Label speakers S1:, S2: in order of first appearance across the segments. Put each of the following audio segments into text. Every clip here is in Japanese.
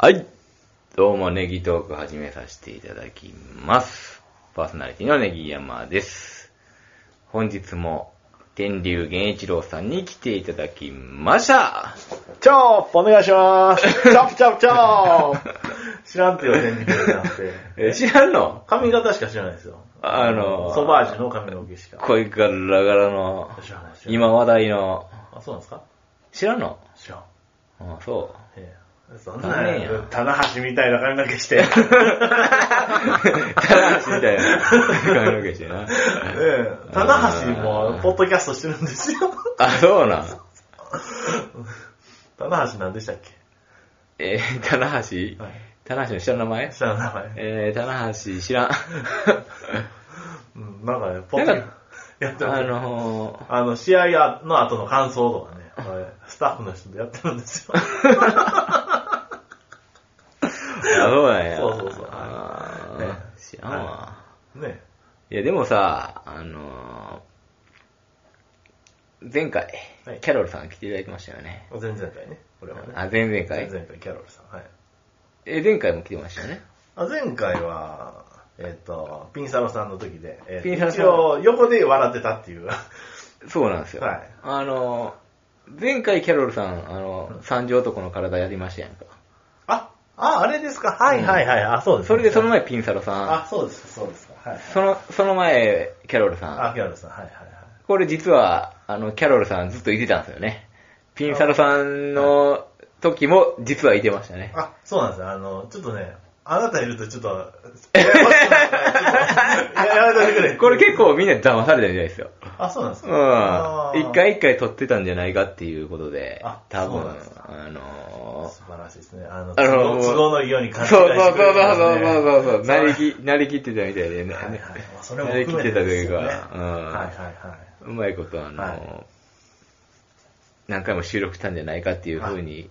S1: はい。どうも、ネギトーク始めさせていただきます。パーソナリティのネギ山です。本日も、天竜源一郎さんに来ていただきました。
S2: チョープお願いしますチョップチョップチョープ
S3: 知らんって言われんねんけどなって。
S1: え、知らんの
S3: 髪型しか知らないですよ。
S1: あのー
S3: ソバージュの髪の毛しか。
S1: 声ガラガラの、
S3: 知らないですよ。
S1: 今話題の、
S3: あ、そうなんですか
S1: 知らんの
S3: 知らん。
S1: あそ
S3: ええ。そん
S1: ダ
S3: な
S1: メや
S3: ん、棚橋みたいな髪の毛して。ね
S1: う。話みたい な髪の毛してな。
S3: え。棚橋も、ポッドキャストしてるんですよ。
S1: あ、そうなん。
S3: 棚橋なんでしたっ
S1: えー、棚橋
S3: けはい。
S1: 棚橋の下の名前
S3: 下の名前。
S1: えー、棚橋知らん。
S3: うん、なんかね、ポッドキャストやっ て
S1: あ
S3: る。
S1: の
S3: あの、試合の後の感想とかね、これスタッフの人でやってるんですよ。
S1: ー、あ、そうなんや。
S3: そうそうそう
S1: あー
S3: ね
S1: 知らんわ。
S3: ね
S1: いや、でもさ、あのー、前回
S3: はい、
S1: キャロルさん来ていただきましたよね。
S3: え。前々回ね、これはね。
S1: あ、前々
S3: 前
S1: 回
S3: 々回、キャロルさん。はい。
S1: え、前回も来てましたよね。
S3: あ前回は、えっ、と、ピンサロさんの時で、えー
S1: ピンサロさん
S3: 一応横で笑ってたっていう。
S1: そうなんですよ。
S3: はい
S1: あのー、前回キャロルさん、あの、三条男の体やりましたやんか。
S3: あ、あ、あれですか。はいはいはい。あ、そうです、
S1: それでその
S3: 前。
S1: 前ピンサロさ
S3: あ、そうですか、そうですか。はい
S1: ん。。その、その前、キャロルさ
S3: あ、
S1: ん。
S3: キャロルさん。はいはいはい。
S1: これ実は、あの、キャロルさんずっといてたんですよね。ピンサロさんの時も実はいてましたね。
S3: あ、そうなんですよ。あの、ちょっとね、あなたいるとち ょっと、ややこしくなるからちょっとややめといてくれ。
S1: これ結構みんな騙されたんじゃないですよ。
S3: あ、そうなんです
S1: う
S3: か。あ
S1: ん。
S3: ー
S1: 一。回一回撮ってたんじゃないかっていうことで
S3: あ、
S1: 多分
S3: そうなんです、
S1: あの
S3: 素晴らしいですね。あの、
S1: あ
S3: 都
S1: の
S3: 合都合のいいように
S1: ー、
S3: 感じ
S1: そうそうそうそうそうそうそう、な
S3: な
S1: り
S3: り
S1: き、なりきってたみたいでね。
S3: はいはいまあそれも
S1: なりき
S3: 含
S1: っ
S3: め
S1: て
S3: て
S1: たと
S3: で
S1: い
S3: す
S1: う
S3: よね
S1: か、う
S3: はい
S1: ん。
S3: はいはい。
S1: うまいことあのー、
S3: はい
S1: 何回も収録したんじゃないかっていうふうに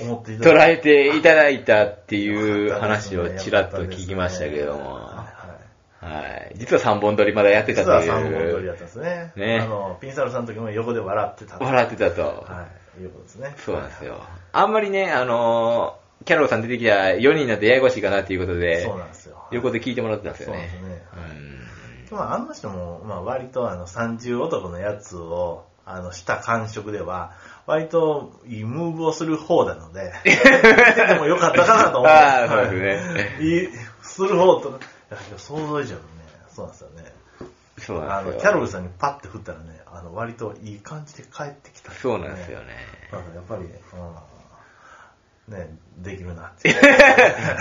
S3: 思っていただ
S1: 捉
S3: い
S1: えていただいたっていう
S3: よかったです
S1: 話
S3: ね
S1: をちらっと聞きましたけど
S3: よ
S1: も、
S3: かったですねはいはい
S1: はい。実は3本撮りまだやってた
S3: 実
S1: と
S3: は
S1: いう。
S3: 3本撮りだったんですね。
S1: ね
S3: あの、ピンサロさんの時も横で笑ってたと。
S1: 笑ってたと。
S3: はい。いうことですね。
S1: そうなんですよ。あんまりね、あのーキャロルさん出てきた4人なんてややこしいかなっていうことで、
S3: そうなんですよ。
S1: 横で聞いてもらってたんですよね。
S3: そうですねは
S1: うん
S3: まあ、あの人も、まあ、割とあの、三十男のやつを、あの、した感触では、割といいムーブをする方な ので、見ててもよかったかなと思
S1: ああそうですね
S3: はいいい、する方と、いや想像以上のね、そうなんですよね。
S1: そうな
S3: あ
S1: んで
S3: の、
S1: すよ。
S3: キャロルさんにパッて振ったらね、あの、割といい感じで帰ってきた、
S1: そうなんですよね。
S3: あのやっぱり、うん、ね、できるなっていう。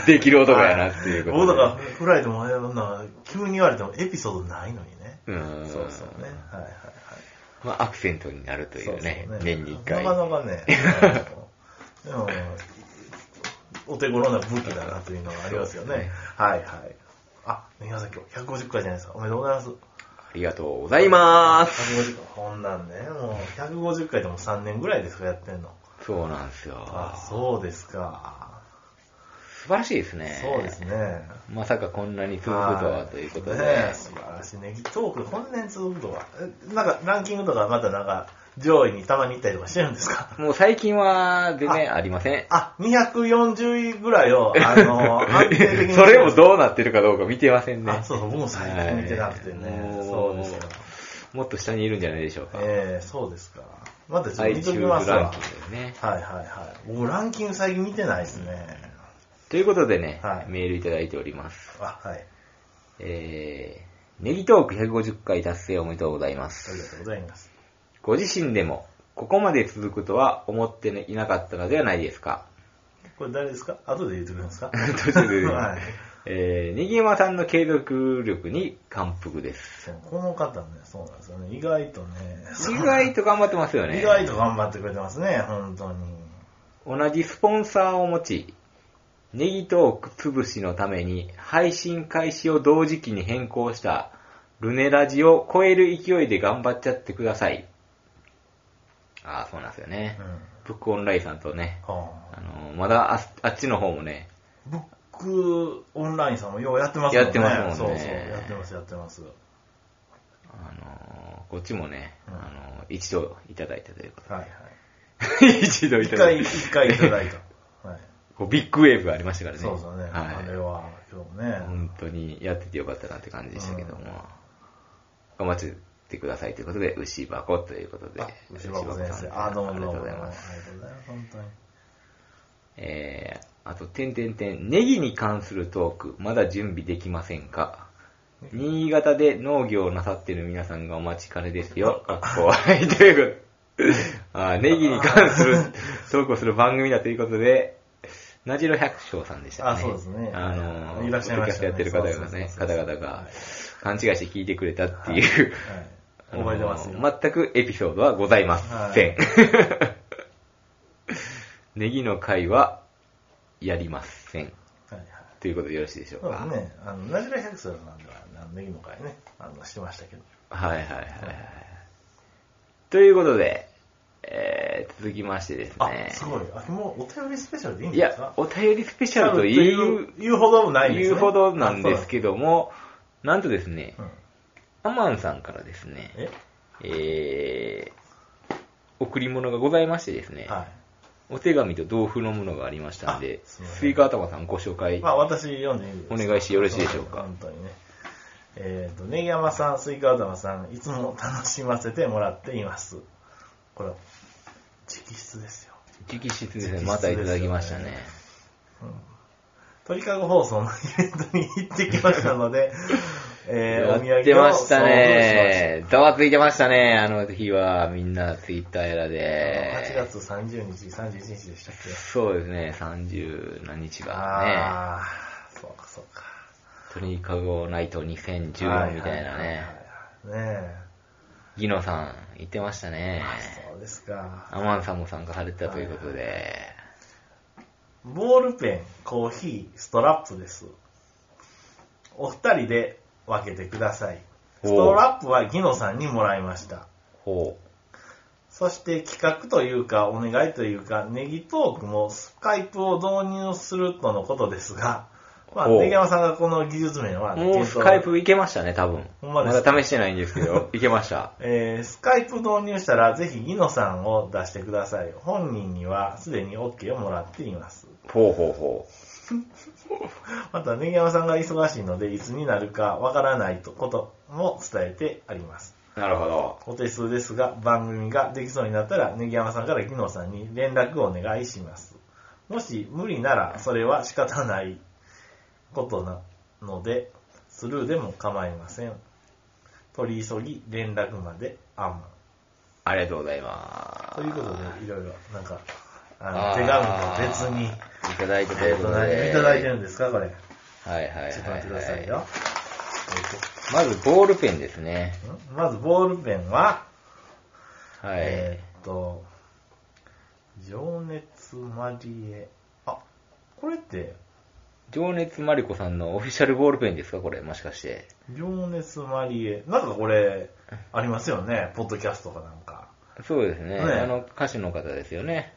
S1: できる男やなっていうことで。
S3: 僕とか、フライでも、そんな、急に言われてもエピソードないのにね。
S1: うん
S3: そうそうね。はいはいはい。
S1: まあ、アクセントになるというね、
S3: そうそう
S1: 年に1回。
S3: なかなかね、あのでも、お手頃な武器だなというのはありますよ
S1: そうです
S3: ね
S1: ね。
S3: はいはい。あ、皆さん今日150回じゃないですか。おめでとうございます。
S1: ありがとうございます。
S3: 150回。こんなんね、もう150回でも3年ぐらいですか、やってんの。
S1: そうなんですよ。
S3: あ、そうですか。
S1: 素晴らしいですね。
S3: そうです。ね。
S1: まさかこんなに続くとはということで。
S3: ねえ素晴らしいね。トーク、こんなに続くとは。えなんか、ランキングとか、またなんか、上位にたまに行ったりとかしてるんですか
S1: もう最近は全然ありません。
S3: あ、240位ぐらいを、あ の、安定的に。
S1: それもどうなってるかどうか見てませんね。
S3: あ、そうそう、僕も最近見てなくてね。
S1: はい
S3: そうですよ。
S1: もっと下にいるんじゃないでしょうか。
S3: ええそうですか。またちょっと見とき
S1: iTunes
S3: ます
S1: ラン
S3: わ。
S1: キングですね。
S3: はいはいはい。僕、ランキング最近見てないですね。
S1: ということでね、
S3: はい
S1: メールいただいております。
S3: あ、はい。
S1: えー、ネギトーク150回達成おめでとうございま
S3: ありが
S1: す。
S3: とうございます。
S1: ご自身でも、ここまで続くとは思っていなかったのではないですか。
S3: これ誰ですか後で言ってく れますか
S1: 途中で出てきます
S3: はい
S1: えー、ネギ山さんの継続力に感服です。
S3: そうこの方ね、そうなんですよね。意外とね。
S1: 意外と頑張ってますよね。
S3: 意外と頑張ってくれてますね、本当に。
S1: 同じスポンサーを持ち、ネギトーク潰しのために配信開始を同時期に変更したルネラジを超える勢いで頑張っちゃってください。ああ、そうなんですよね
S3: う。ん。
S1: ブックオンラインさんとね、
S3: はあ
S1: あのまだああっちの方もね、
S3: ブックオンラインさんもようやってますもんね。
S1: やってますもんね
S3: そうそう、やってます、やってます。は
S1: あのこっちもね、
S3: うん
S1: あの一 度いただいたというこ
S3: いはい。
S1: とで。一度い
S3: 一
S1: ただ
S3: 回、
S1: いた。
S3: 一回いただいた。はい。
S1: こうビッグウェーブありましたからね。
S3: そうそうね。あれ
S1: は
S3: は、今日
S1: い。
S3: ね。
S1: 本当にやっててよかったなって感じでしたけども。頑張っててくださいということで、牛箱ということで。
S3: あ、牛箱先
S1: 牛さ
S3: 生。
S1: ん
S3: あ、どうも
S1: あ
S3: ど
S1: り
S3: う
S1: が
S3: も。
S1: とうございます。
S3: ありがとうございます。本当に。
S1: えー、あと、てんてんてん、ネギに関するトーク、まだ準備できませんか新潟で農業をなさってる皆さんがお待ちかねですよ。かっこ笑いということあーネギに関するトークをする番組だということで、なじろ百姓さんでしたね。
S3: あそうですね
S1: あのー、
S3: いらっしゃい
S1: ポッド
S3: ましたね
S1: キャストやってる方がね、
S3: そうそう
S1: 方
S3: そうそう
S1: 々が
S3: はい
S1: 勘違いして聞いてくれたっていう、
S3: はい。覚えてますよ。
S1: あのー全くエピソードはございません。 ネギの会は、やりません。
S3: はいはい。
S1: ということでよろしいでしょう
S3: そうで
S1: か。
S3: すね。あの、ナジラ百姓なんでは、あのネギの会ね、あの、してましたけど。
S1: はいはいはいはい。ということで、えー、続きましてです
S3: あ
S1: ね、。
S3: すごい。あ、もうお便りスペシャルでいいん
S1: い
S3: です
S1: や
S3: か、
S1: お便りスペシャルという、
S3: 言うほどもないんです
S1: 言
S3: ね
S1: うほどなんですけども、なんとですね
S3: あ、そうだ
S1: アマンさんからですね、
S3: うんえ
S1: えー、贈り物がございましてですね、
S3: は
S1: お手紙と同封のものがありましたんで、
S3: あすいません
S1: スイカ頭さんご紹介。
S3: い。まあ、私読んでいいですか
S1: お願いしてよろしいでしょうか
S3: 本当にね。えっ、と、ネギ山さん、スイカ頭さん、いつも楽しませてもらっています。これ、直筆ですよ。
S1: 直筆ですね、またいただきましたね。
S3: 鳥かご放送のイベントに行ってきました ので、えー、お土産を
S1: やってました
S3: 送
S1: ね。ざわついてましたね、あの日は。みんなツイッターやら
S3: 付しました。
S1: で。
S3: 8月30日、31日でしたっけ
S1: そうですね、30何日がね。
S3: ああ、そうかそうか。
S1: 鳥かごナイト2014みたいなね。
S3: はいはいはいはい。ね
S1: ギノさん、言ってましたね。
S3: え。そうですか。
S1: アマンさんも参加されてたということで。
S3: ボールペン、コーヒー、ストラップです。お二人で分けてください。
S1: お
S3: ス
S1: う
S3: トラップはギノさんにもらいました。
S1: ほ
S3: そして企画というか、お願いというか、ネギトークもスカイプを導入するとのことですが、まあ、
S1: おう
S3: ネギ山さんがこの技術面は
S1: う。
S3: ね、
S1: もう
S3: 検
S1: ス
S3: 討
S1: カイプいけましたね、多分。
S3: ほんま
S1: ま
S3: ですか
S1: だ試してないんですけど、いけました。
S3: えースカイプ導入したら、ぜひギノさんを出してください。本人にはすでに OK をもらっています。
S1: ほうほうほ
S3: また、ネギ山さんが忙しいので、いつになるかわからないとことも伝えてあります。
S1: う。なるほど。
S3: お手数ですが、番組ができそうになったら、ネギ山さんからギノさんに連絡をお願いします。もし無理なら、それは仕方ないことなので、スルーでも構いません。取り急ぎ連絡まであんま。
S1: ありがとうございます。
S3: ということで、いろいろ、なんか、あの、
S1: あ
S3: 手
S1: ー
S3: 紙と別に、
S1: いただいてということで。
S3: いただいてるんですか、これ。
S1: はいはいはい、はい。
S3: ちょっと待ってくださいよ。
S1: まずボールペンですね。
S3: えっとんまず、ボールペンは、
S1: はい。
S3: えーっと、情熱マリエ。あ、これって、
S1: 情熱マリコさんのオフィシャルボールペンですかこれ、もしかして。
S3: 情熱マリエ。なんかこれ、ありますよね、ポッドキャストかなんか。
S1: そうですね。
S3: ね
S1: あの、歌手の方ですよね。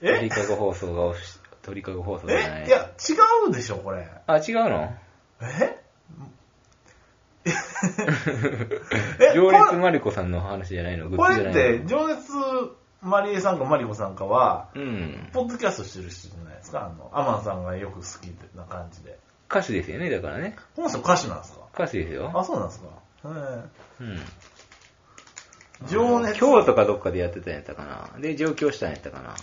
S1: 鳥
S3: え
S1: かご放送がオフィシ、鳥かご放送じゃない。
S3: えいや、違うでしょ、これ。
S1: あ、違うの
S3: ええ
S1: 情
S3: これ
S1: 熱マリコさんの話じゃないのグ
S3: こ
S1: ッズじ
S3: れ
S1: ゃ
S3: っ
S1: ない
S3: て、
S1: の
S3: 情熱マリエさんかマリコさんかは、
S1: うん。
S3: ポッドキャストしてる人じゃないですか。あの、アマンさんがよく好きな感じで。
S1: 歌手ですよね、だからね。
S3: この人歌手なんですか
S1: 歌手ですよ。
S3: あ、そうなんですか。え
S1: うん。
S3: え情熱。
S1: 京都かどっかでやってたんやったかな。で、上京したんやったかな。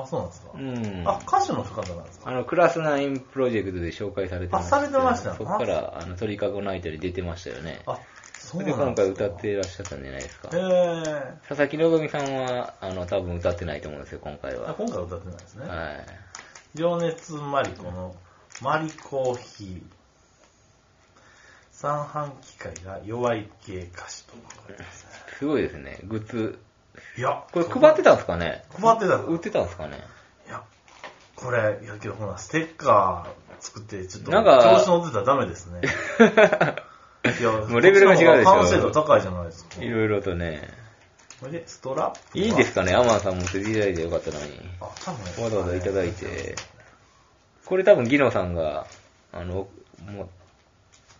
S3: あ、そうなんですか。
S1: うん。
S3: あ、歌手の方なんですか
S1: あの、クラスナインプロジェクトで紹介されてましたよね。
S3: あされてましたよ
S1: そっから、あの、鳥かごナイトに出てましたよね。
S3: あ、
S1: そ
S3: そ
S1: うれで
S3: な
S1: 今
S3: んで
S1: 回
S3: すか。
S1: 歌っていらっしゃったんじゃないですか。
S3: ええ
S1: 佐々木希さんは、あの、多分歌ってないと思うんですよ、今回
S3: あ
S1: は。
S3: 今回歌ってないですね。
S1: はい。
S3: 情熱マリコのマリコーヒー。三半機械が弱い系歌手と書かれてますね。
S1: すごいですね、グッズ。
S3: いや、
S1: これ配ってたんですかね
S3: 配ってた
S1: 売ってたんです かね
S3: いや、これ、いやけどほら、ステッカー作って、ちょっと、
S1: なんか
S3: 調子乗ってたらダメ ですね。いや、
S1: もうレベルが違うでしょ
S3: こっちの方が完成度高いじゃないですか。
S1: いろいろとね。
S3: これで、ストラップ。
S1: いいですかね、アマンさん持っていただいてよかったのに。
S3: あ、多分
S1: わざわざいただいて。これ多分、ギノさんが、あの、もう、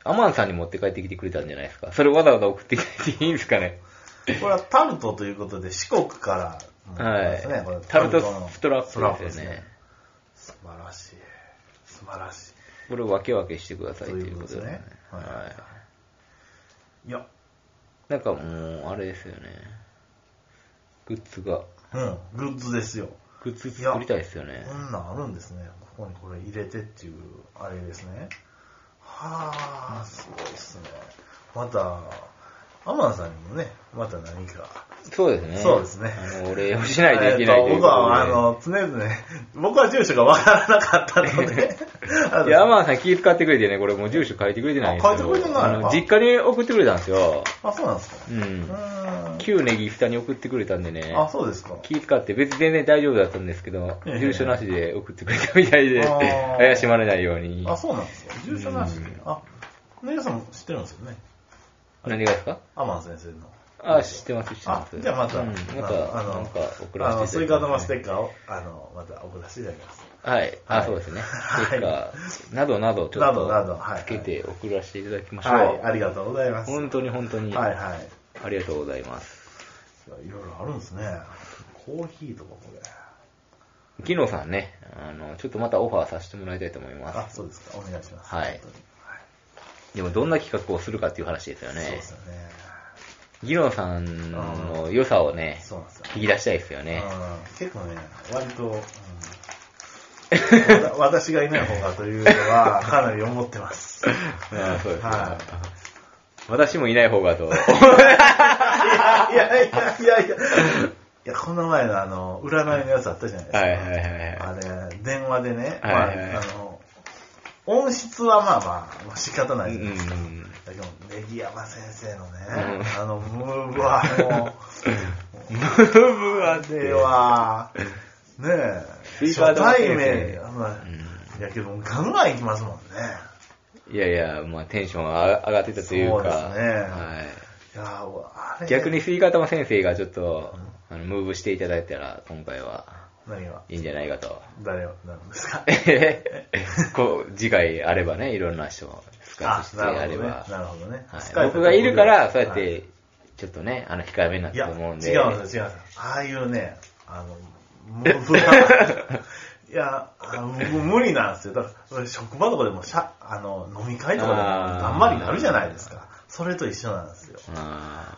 S1: アマンさんに持って帰ってきてくれたんじゃないですか。それわざわざ送ってきていいんですかね。
S3: これはタルトということで、四国からのもの
S1: は
S3: ですね、これ
S1: い。タルトストラッ
S3: タルトの
S1: プですよね。
S3: 素晴らしい。素晴らし
S1: これを分け分けしてくださいと
S3: と
S1: い
S3: いうう
S1: こ
S3: ことと
S1: でね
S3: でね。はい
S1: はい。
S3: い。いや、
S1: なんかもう、あれですよね。グッズが、
S3: うん、グッズですよ。
S1: グッズ作りたいですよね
S3: こ。んなんあるんですね。ここにこれ入れてっていう、あれですね。はあ、すごいですね。また、アマンさんにもね、また何か。
S1: そうですね。
S3: そうですね
S1: あの、お礼をしないといけないというこ
S3: えーと
S1: とで
S3: 僕は、あ、の、常々、僕は住所がわからなかったの で、あの
S1: いや、まあさん気遣ってくれてね、これもう住所書いてくれてないんですよ
S3: あ書いてくれてないのか
S1: あの実家に送ってくれたんですよ。
S3: あ、そうなんですか。
S1: うん
S3: うーん
S1: 旧ネギ下に送ってくれたんでね。
S3: あ、そうですか。
S1: 気遣って別に全然大丈夫だったんですけど、
S3: ええ
S1: 住所なしで送ってくれたみたいで、
S3: あー
S1: 怪しまれないように。
S3: あ、そうなんですよ。住所なしで
S1: うん。
S3: あ、皆さんも知ってるんですよね。
S1: 何がですか
S3: アマン先生の。
S1: あ、知ってます、知ってます。
S3: あじゃあまた、
S1: うん、また、なんか送
S3: あ
S1: ら
S3: の、
S1: せ
S3: ス
S1: てい
S3: イ
S1: ただき
S3: カの
S1: ま
S3: マ
S1: す
S3: ステッカーを、あの、また送らせていただきます。
S1: はい。あ、
S3: はい
S1: そうですね。
S3: はい
S1: 結果、などなど、ちょ
S3: な
S1: っ
S3: どなどはい
S1: と、つけて送らせていただきましょう。
S3: はい、ありがとうございます。は
S1: 本当に本当
S3: い
S1: に、
S3: はい。
S1: ありがとうございます。
S3: いやいろいろあるんですね。コーヒーとかこれ。
S1: きのさんね、あの、ちょっとまたオファーさせてもらいたいと思いま
S3: あ、
S1: す。
S3: そうですか。お願いします。
S1: はい
S3: 本当に
S1: でも、どんな企画をするかっていう話ですよ
S3: そうで
S1: ね
S3: す。よね。
S1: ギノさんの良さをね、
S3: そうなんですよ。
S1: 引き出したいですよね。
S3: うん結構ね、割と、 うんわた私がいない方がというのは、かなり思って ます。
S1: うんそうですね
S3: は
S1: 私もいない方が と。
S3: い。いやいやいやいや。いや、この前のあの、占いのやつあったじゃないです
S1: は
S3: か。
S1: いはいはいは
S3: あれ、電話でね、
S1: はいはいはい
S3: まあ、あの、音質はまあまあ、仕方ない
S1: い。
S3: じ
S1: う
S3: ゃ
S1: ん
S3: な
S1: う
S3: いですか。
S1: ん
S3: だけど、ネギ山先生のね、
S1: うん
S3: あの、ムーブはも
S1: ムーブは
S3: う、では、ね
S1: ス
S3: え、
S1: イカー
S3: 初
S1: でも
S3: 対
S1: 先生
S3: 面、まあいやけど、ガンガン行きますもんね。
S1: うんいやいや、まあテンションが上がってたというか。
S3: そうです
S1: はい
S3: ねやーうわあれ
S1: 逆に吸い方も先生がちょっと、あの、ムーブしていただいたら、今回は、
S3: 何が
S1: いいんじゃないかと。
S3: 誰をなるんですか
S1: こう、次回あればね、いろんな人をスカウトしてや
S3: な
S1: れ
S3: るほどね
S1: ば。
S3: なるほどね
S1: はい
S3: スカイプ
S1: 僕がいるから、そうやっ
S3: はい
S1: て、ちょっとね、あの、控えめになっ
S3: い
S1: た
S3: や
S1: と
S3: 違
S1: 思う
S3: うん
S1: ん
S3: です
S1: で。
S3: よ違うんですよああいうねあのムー ブはいやあの僕無理なんですよだから俺職場とかでもしゃあの飲み会とかでも
S1: あー
S3: だんまりなるじゃないですかそれと一緒なんですよ
S1: あ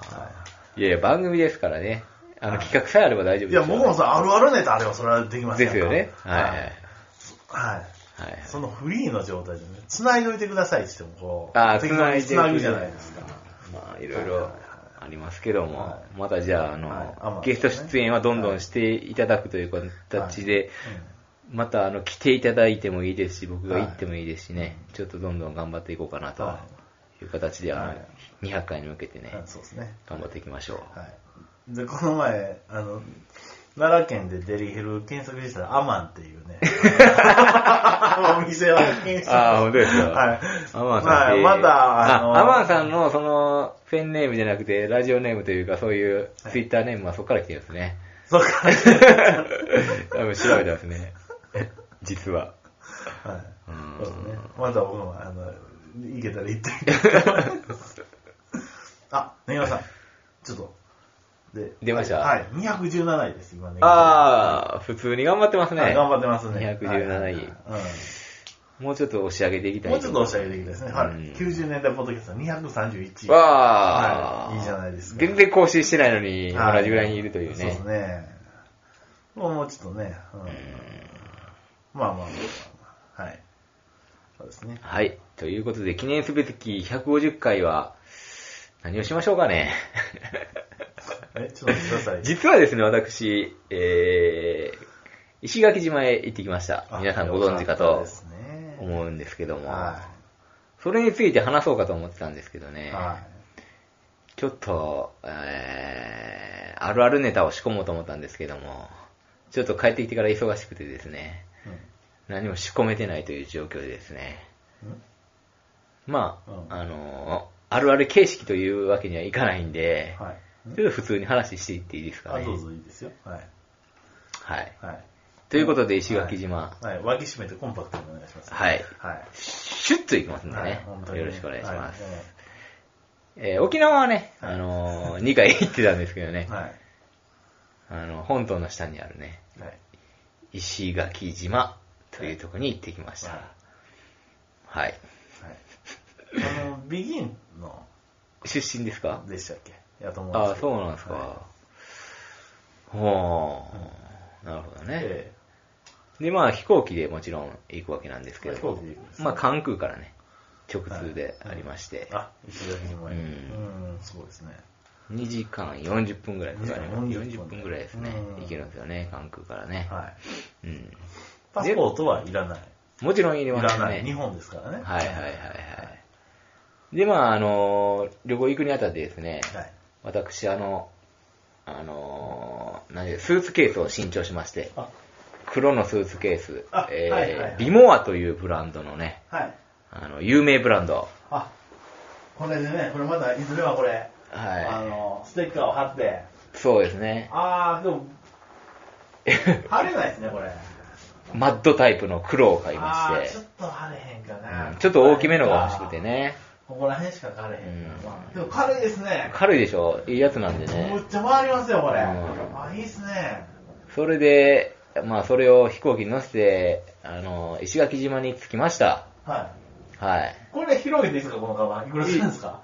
S1: ーいやいや、番組ですからね。あの、企画さえあれば大丈夫
S3: い
S1: ですよ
S3: や僕もさあるあるネタあればそれはできます
S1: ですよね。はいはい。
S3: はい
S1: はいはい。
S3: そのフリーの状態でね、繋いどいてくださいって言ってもこう、
S1: ああ、つ
S3: 適
S1: な
S3: 当
S1: い
S3: に
S1: で
S3: 繋ぐじゃないですか。。
S1: まあ、いろいろありますけども、
S3: は
S1: またじゃあ、あの、
S3: はいあまあ
S1: ゲスト出演はどんどんしていただくという形で、また、あの、来ていただいてもいいですし、僕が行ってもいいですしね、ちょっとどんどん頑張っていこうかなと
S3: は
S1: いう形で、あの、
S3: はい
S1: 200回に向けてね
S3: うん、うんそうですね。
S1: 頑張っていきましょう。
S3: はい。で、この前、あの、奈良県でデリヘル検索したら、アマンってい うね、あのお店を発見し
S1: ああ、本当ですよ。
S3: はい
S1: アマンさん
S3: は
S1: って。
S3: いまたあの
S1: アマンさんの、その、ペンネームじゃなくて、ラジオネームというか、そういう、ツイッターネームはそこから来てるんです ね。
S3: そう か。
S1: 多分調べたんですね。実は。
S3: は
S1: う
S3: い。そうですね
S1: ん。。
S3: また僕も、あの、行けたら 行ってみたいと思います。あ、ねぎまさん、ちょっと、で、
S1: 出ました
S3: はい、217位です、今ね。
S1: ああ、普通に頑張ってます
S3: は
S1: ね
S3: い。頑張ってますね。
S1: 217位
S3: はいうん
S1: もうちょっと押し上げていきたい。
S3: もうちょっとおしゃれできですね。はい
S1: うん。
S3: 90年代ポッドキャスト231位。
S1: わあ、
S3: はいいいじゃないですか
S1: 全然更新してないのに、
S3: は
S1: 同じぐらいにいるという
S3: そうです
S1: ね。
S3: ね。もうもうちょっとね。うんまあまあまあまあ。はい。そうですね。
S1: はい。ということで、記念すべき150回は、何をしましょうかね。
S3: え、ちょっと待ってください。
S1: 実はですね、私、えー、石垣島へ行ってきました。皆さんご存知か
S3: そう
S1: と
S3: ですね。
S1: 思うんですけども、
S3: は
S1: それについて話そうかと思ってたんですけどね、
S3: い。は
S1: ちょっと、えー、あるあるネタを仕込もうと思ったんですけども、ちょっと帰ってきてから忙しくてですね、
S3: い。
S1: 何も仕込めてないという状況でですね、まあ、
S3: うん
S1: あのーあるある形式というわけにはいかないんで、
S3: うんはい。
S1: ちょっと普通に話していっていいですか
S3: あ、
S1: ね。
S3: どうぞいいですよ。はい。
S1: はい。
S3: はい。
S1: ということで、石垣島、
S3: はい。脇締めてコンパクトにお願いします。
S1: はい
S3: はい。
S1: シュッといきますんで
S3: はい
S1: ね
S3: 本当、に
S1: よろしくお願いします。
S3: はい
S1: えー沖縄はね、
S3: はい
S1: あのー、2回行ってたんですけどね、
S3: はい。
S1: あの、本島の下にあるね、
S3: はい。
S1: 石垣島というところに行ってきました。はい。
S3: はい。あの、ビギンの
S1: 出身ですか
S3: でしたっけやと思うん
S1: あ
S3: で
S1: あ、
S3: すけど
S1: そうなんですか。
S3: は
S1: ほう、なるほど
S3: い
S1: ね。
S3: え
S1: で、まあ飛行機でもちろん行くわけなんですけど、
S3: 飛行機で行くんですね
S1: まあ関空からね、直通でありまして
S3: え、あ、石垣にも
S1: う
S3: うんん、そうですね。
S1: 2時間40分ぐらいかかります。
S3: 2時
S1: 40
S3: 間
S1: 分ぐらいですね
S3: う。ん
S1: 行けるんですよね、関空からね。
S3: はい。
S1: うん。
S3: パスポートはいらない。
S1: もちろん入
S3: い
S1: れま
S3: ら
S1: すよ
S3: ない。
S1: ね。
S3: 日本ですからね。
S1: はいはいはいはい。で、まあ、あの、旅行行くにあたってですね、
S3: はい。
S1: 私、あの、あの、何でスーツケースを新調しまして、
S3: あ、
S1: 黒のスーツケース
S3: あ、
S1: え
S3: はいはいは
S1: ー
S3: い
S1: リモアというブランドのね、
S3: はい。
S1: あの、有名ブランド。
S3: あ、これでね、これまた、いずれはこれ、あ
S1: は
S3: の、ステッカーを貼って、
S1: い。そうですね。
S3: あー、でも、貼れないですね、これ。
S1: マッドタイプの黒を買い
S3: あ
S1: ま
S3: ー
S1: して
S3: ちょっ、と貼れへんかな、
S1: うんちょっと大きめのが欲しくてね。
S3: ここら辺しか貼れへん
S1: うん
S3: から、まあでも軽いですね
S1: 軽いでしょいいやつなんで
S3: む
S1: ね
S3: っ。ちゃ回りますよこれ、
S1: うん
S3: あいいっすね
S1: それで、まあ、それを飛行機に乗せて、あの、石垣島に着きました。
S3: は
S1: はい。
S3: いこれ広げていいですかこのカバンいくらするんですか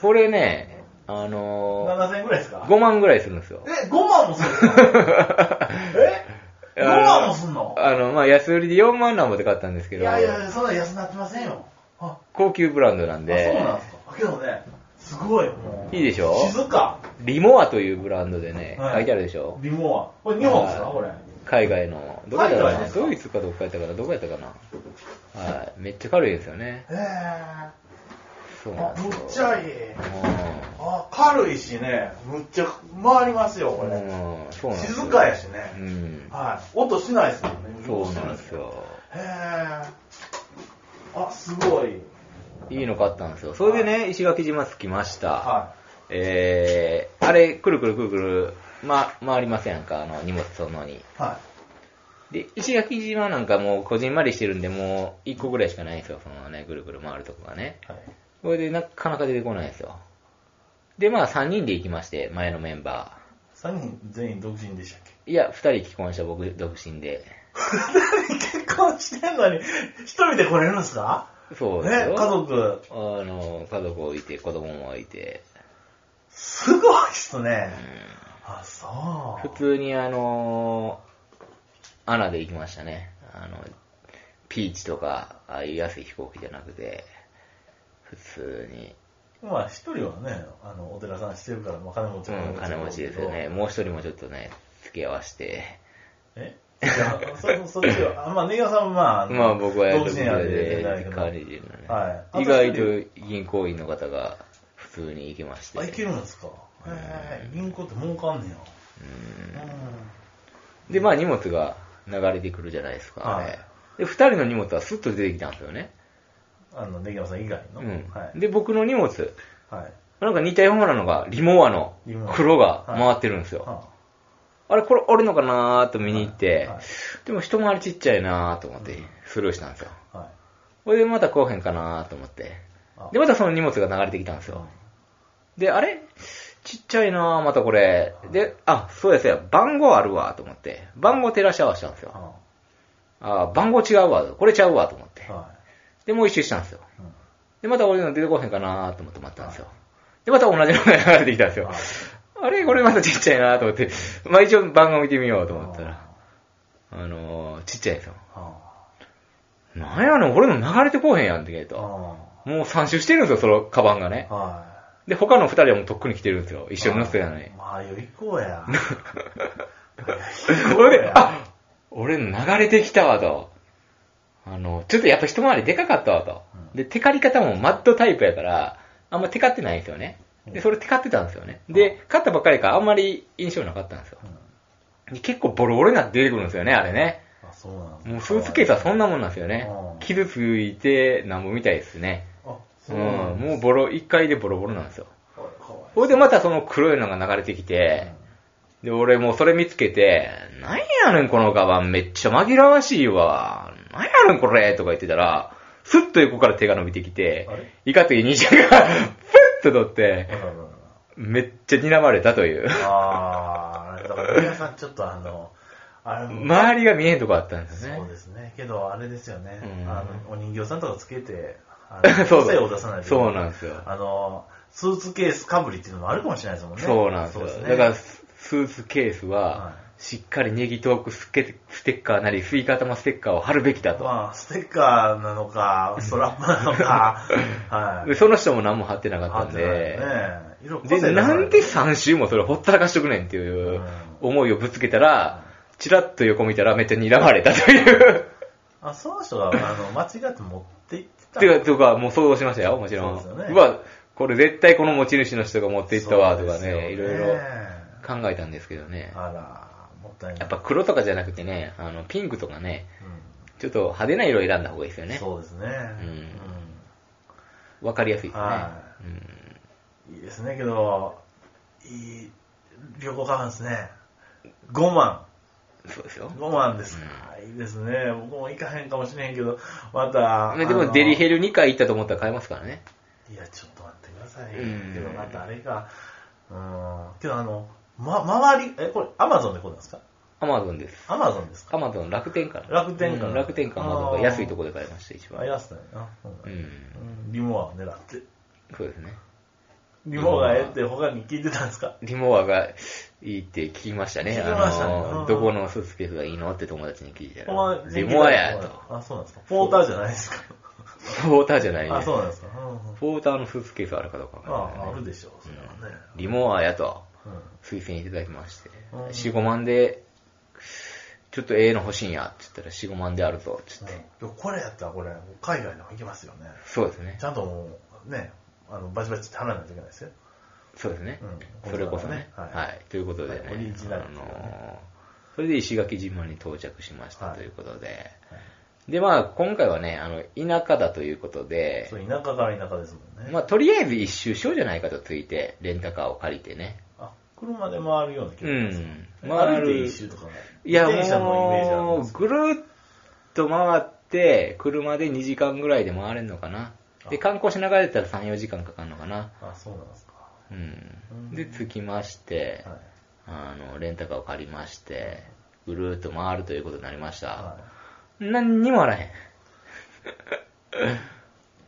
S1: これね、あの
S3: 7000円ぐらいですか
S1: 5万ぐらいするんです よ。
S3: え五5万もするんです かえ5万もすんの
S1: あの、まあ、安売りで4万なんぼで買ったんですけ
S3: い
S1: ど、
S3: やいやいやそんな安なってませんよあ
S1: 高級ブランドなん
S3: あそう
S1: で、
S3: なんですかあけどねすごいもう
S1: い
S3: い
S1: いでしょ
S3: 静か
S1: リモアというブランドでね、
S3: はい
S1: 書いてあるでしょ
S3: リモアこれ日本ですか
S1: はい
S3: これ
S1: 海外の、どこやった
S3: 海
S1: か
S3: 外
S1: な
S3: ですか
S1: ドイツかどっかやったかなどこやったかなはい。めっちゃ軽いですよね。
S3: えー
S1: そうな
S3: あ
S1: ん
S3: む
S1: で
S3: っ
S1: す
S3: ち
S1: よ。
S3: ゃいい
S1: うん
S3: あ軽いしね、むっちゃ回りますよ、これ。
S1: うん、そうなんですよ
S3: 静かやし
S1: う
S3: ね。
S1: ん。
S3: はい。音しないですもんね。
S1: そうなんです。よ。
S3: へえ。あ、すごい。
S1: いいの買ったんですよ。それでね、石垣島着きました。
S3: は
S1: えー、あれ、くるくるくるくる、ま、回りませんか、あの、荷物そのに。
S3: い。は
S1: で、石垣島なんかもう、こじんまりしてるんで、もう、1個ぐらいしかないんですよ、そのね、ぐるぐる回るとこがね。
S3: い。はい。
S1: これで、なかなか出てこないんですよ。で、まあ、3人で行きまして、前のメンバ
S3: 3人全員独身で したっけ
S1: ー。いや、2人既婚者、僕、独身で。
S3: 結婚してんのに、一人で来れるんですか
S1: そう
S3: ね、
S1: ですよ。
S3: 家。族、
S1: あの、家族をいて、子供もいて。
S3: すごいっすね。
S1: う
S3: あ、そう
S1: 普。通に、あの、アナで行きましたね。あの、ピーチとか、ああいう安い飛行機じゃなくて、普通に、
S3: まあ、一人はね、あの、お寺さんしてるから、まあ、金持ち
S1: うん、金持ちですよね。。もう一人もちょっとね、付け合わせて、
S3: えいやそそっ ちは、あまあ、ネギワさんはまああの、
S1: まあ僕はや
S3: 同
S1: る
S3: 時
S1: こ
S3: にや
S1: と
S3: って
S1: で、
S3: いただいて
S1: 管理人のね、
S3: はい
S1: 意外と銀行員の方が普通に行けまして。
S3: あ、いけるんですか。
S1: うん
S3: へえ銀行って儲かんねや。
S1: う
S3: うん
S1: で、まあ荷物が流れてくるじゃないですか、あれ
S3: はい
S1: で、二人の荷物はスッと出てきたんですよね。
S3: ん。あの、ネギワさん以外の。
S1: うん
S3: はい。
S1: で、僕の荷物、
S3: はい。
S1: なんか似たようなのが、リモアの
S3: リモア
S1: 黒が回ってるんですよ。
S3: は
S1: あれ、これ俺のかなーと見に行って、
S3: はいはい
S1: でも一回りちっちゃいなーと思って
S3: うん、
S1: スルーしたんですよ。
S3: あはい。
S1: これでまた来おへんかなーと思って。
S3: あ
S1: で、またその荷物が流れてきたんですよ。で、あれちっちゃいなぁ、またこれ。で、あ、そうやそうや、番号あるわ、と思って。番号照らし合わせたんですよ。
S3: は
S1: あ番号違うわ、これちゃうわ、と思って
S3: い。。は
S1: で、もう一周したんですよ。
S3: い。うん
S1: で、また俺の出てこへんかなぁ、と思って待ったんですよ。で、また同じのが流れてきたんですよ。あれこれまたちっちゃいなぁと思って。まあ一応番号見てみようと思ったら、あのー、ちっちゃいんですよ。
S3: あ
S1: なんやの俺の流れてこうへんやんって言う
S3: ー
S1: と。
S3: あ
S1: もう三周してるんですよ、そのカバンがね
S3: ー。。はい。
S1: で、他の二人はもうとっくに来てるんですよ。一緒に乗せてたのに
S3: あー。まあ、よい子 や。
S1: それで、あ俺の流れてきたわと。あの、ちょっとやっぱ一回りでかかったわと。
S3: うん
S1: で、テカり方もマッドタイプやから、あんまテカってないんですよね。で、それテカってたんですよね。で、勝ったばっかりやからあんまり印象なかったんですよ。
S3: うん
S1: で結構ボロボロになって出てくるんですよね、あれね。
S3: あ、そうなんですか
S1: もうスーツケースはそんなもんなんですよね
S3: うん。
S1: 傷ついてなんぼみたいですね。う
S3: あ、そ
S1: ん
S3: うなん、
S1: もう
S3: ボ
S1: ボロ、一回でボロボロなんですよ。
S3: かわい
S1: ほいでまたその黒いのが流れてき
S3: い。
S1: て
S3: うん、
S1: で、俺もうそれ見つけて、なんやねんこのカバンめっちゃ紛らわしいわ。なんやねんこれとか言ってたら、スッと横から手が伸びてきて
S3: あれ、
S1: イカという兄ちゃんが、プッと取って、
S3: あらららら
S1: めっちゃ睨まれたという。
S3: あー、だから皆さんちょっとあの、あの
S1: 周りが見えへんとこあったんですよね。
S3: そうですね。けど、あれですよね。
S1: うん
S3: あの、お人形さんとかつけて、あの
S1: そう
S3: 個性を出さないといけい
S1: そうなんですよ
S3: あの、スーツケースかぶりっていうのもあるかもしれないですもんね。
S1: そうなんですよ。
S3: ね
S1: だから、ススーツケース
S3: は
S1: は、しっかりネギトークスケステッカーなり、スイカ玉ステッカーを貼るべきだと。
S3: まあ、ステッカーなのか、ストラップな のか、はい。
S1: でその人も何も貼ってなか
S3: あ
S1: ったん
S3: とね
S1: で、、
S3: 色々個性出さ
S1: で、
S3: いと
S1: なんで3週もそれほったらかしとくねんっていう思いをぶつけたら、チラッと横見たらめっちゃ睨まれたと いう。
S3: あ、その人が、あの、間違って持って行ってた。
S1: てか、とか、もう想像しましたよ、もちろん。
S3: そうですよね
S1: うわ、これ絶対この持ち主の人が持っていったわ、とか
S3: そうですよ
S1: ね、いろいろ考えたんですけどね。
S3: あら、もったいない。
S1: やっぱ黒とかじゃなくてね、あの、ピンクとかね、
S3: う
S1: ちょっと派手な色を選んだ方がいいですよ
S3: ん、
S1: ね。
S3: そうですね。
S1: うんわかりやすいですね。
S3: はうんいいですね、けど、いい、旅行買うんですね。5万。
S1: うん。そうですよ。
S3: 5万ですか。いいですね。僕も行かへんかもしれへんけど、また。
S1: で
S3: あ
S1: も、
S3: の
S1: デリヘル2回行ったと思ったら買えますからね。
S3: いや、ちょっと待ってください。
S1: うん
S3: けど、またあれか。うん。けど、あの、ま、周り、え、これ、アマゾンでこうなんですか
S1: アマゾンです。
S3: アマゾンですか
S1: アマゾン楽天から。
S3: 楽天か
S1: う
S3: ら
S1: ん楽天かアマゾンが安いところで買いました、一
S3: あ、
S1: 番。
S3: 安いな。
S1: う
S3: うん
S1: ん。
S3: リモアを狙って。
S1: そうですね。
S3: リモアがええって他に聞いてたんですか
S1: リモアがいいって聞きましたね。
S3: 聞きましたね
S1: あの
S3: うん
S1: どこのスーツケースがいいのって友達に聞いた
S3: ほんま
S1: ら。
S3: に
S1: リモアやと。。
S3: あ、そうなんですか。ポーターじゃないですか。
S1: フォーターじゃないね。
S3: あ、そうなんですか。うんうん
S1: フォーターのスーツケースあるかどうかわかんないね
S3: あ、あるでしょう、それはね。
S1: リモアやと
S3: うん
S1: 推薦いただきまして、
S3: うん
S1: 4、5万で、ちょっとええの欲しいんやって言ったら4、5万であるぞって言って。
S3: うんこれやったらこれ、海外でも行けますよね。
S1: そうですね
S3: ち。ゃんともう、ね、あの、バチバチって払わないといけないですよ。
S1: そうですね。
S3: うん
S1: それこそね。
S3: は
S1: はいい、ということでね。
S3: はいオリジナルです
S1: の
S3: よね
S1: ーそれで石垣島に到着しました
S3: はい
S1: ということで。
S3: はい
S1: で、まあ、今回はね、あの、田舎だということで、
S3: そう、田舎から田舎ですもんね。
S1: まあ、とりあえず一周しようじゃないかとついて、レンタカーを借りてね。
S3: あ、車で回るような気
S1: う
S3: がします。
S1: ん。
S3: 歩いて一周とか。
S1: いや、
S3: 自転車のイメージあるん
S1: も
S3: で
S1: う、
S3: すけ
S1: ぐるーっと回って、車で2時間ぐらいで回れるのかな。で、
S3: あ
S1: 観光しながらやったら3、4時間かかるのかな。
S3: どあ、そうなんですか。
S1: うん。
S3: う
S1: で、
S3: ん
S1: 着きまして、
S3: はい。
S1: あの、レンタカーを借りまして、ぐるーっと回るということになりました
S3: は。
S1: 何にもあらへん。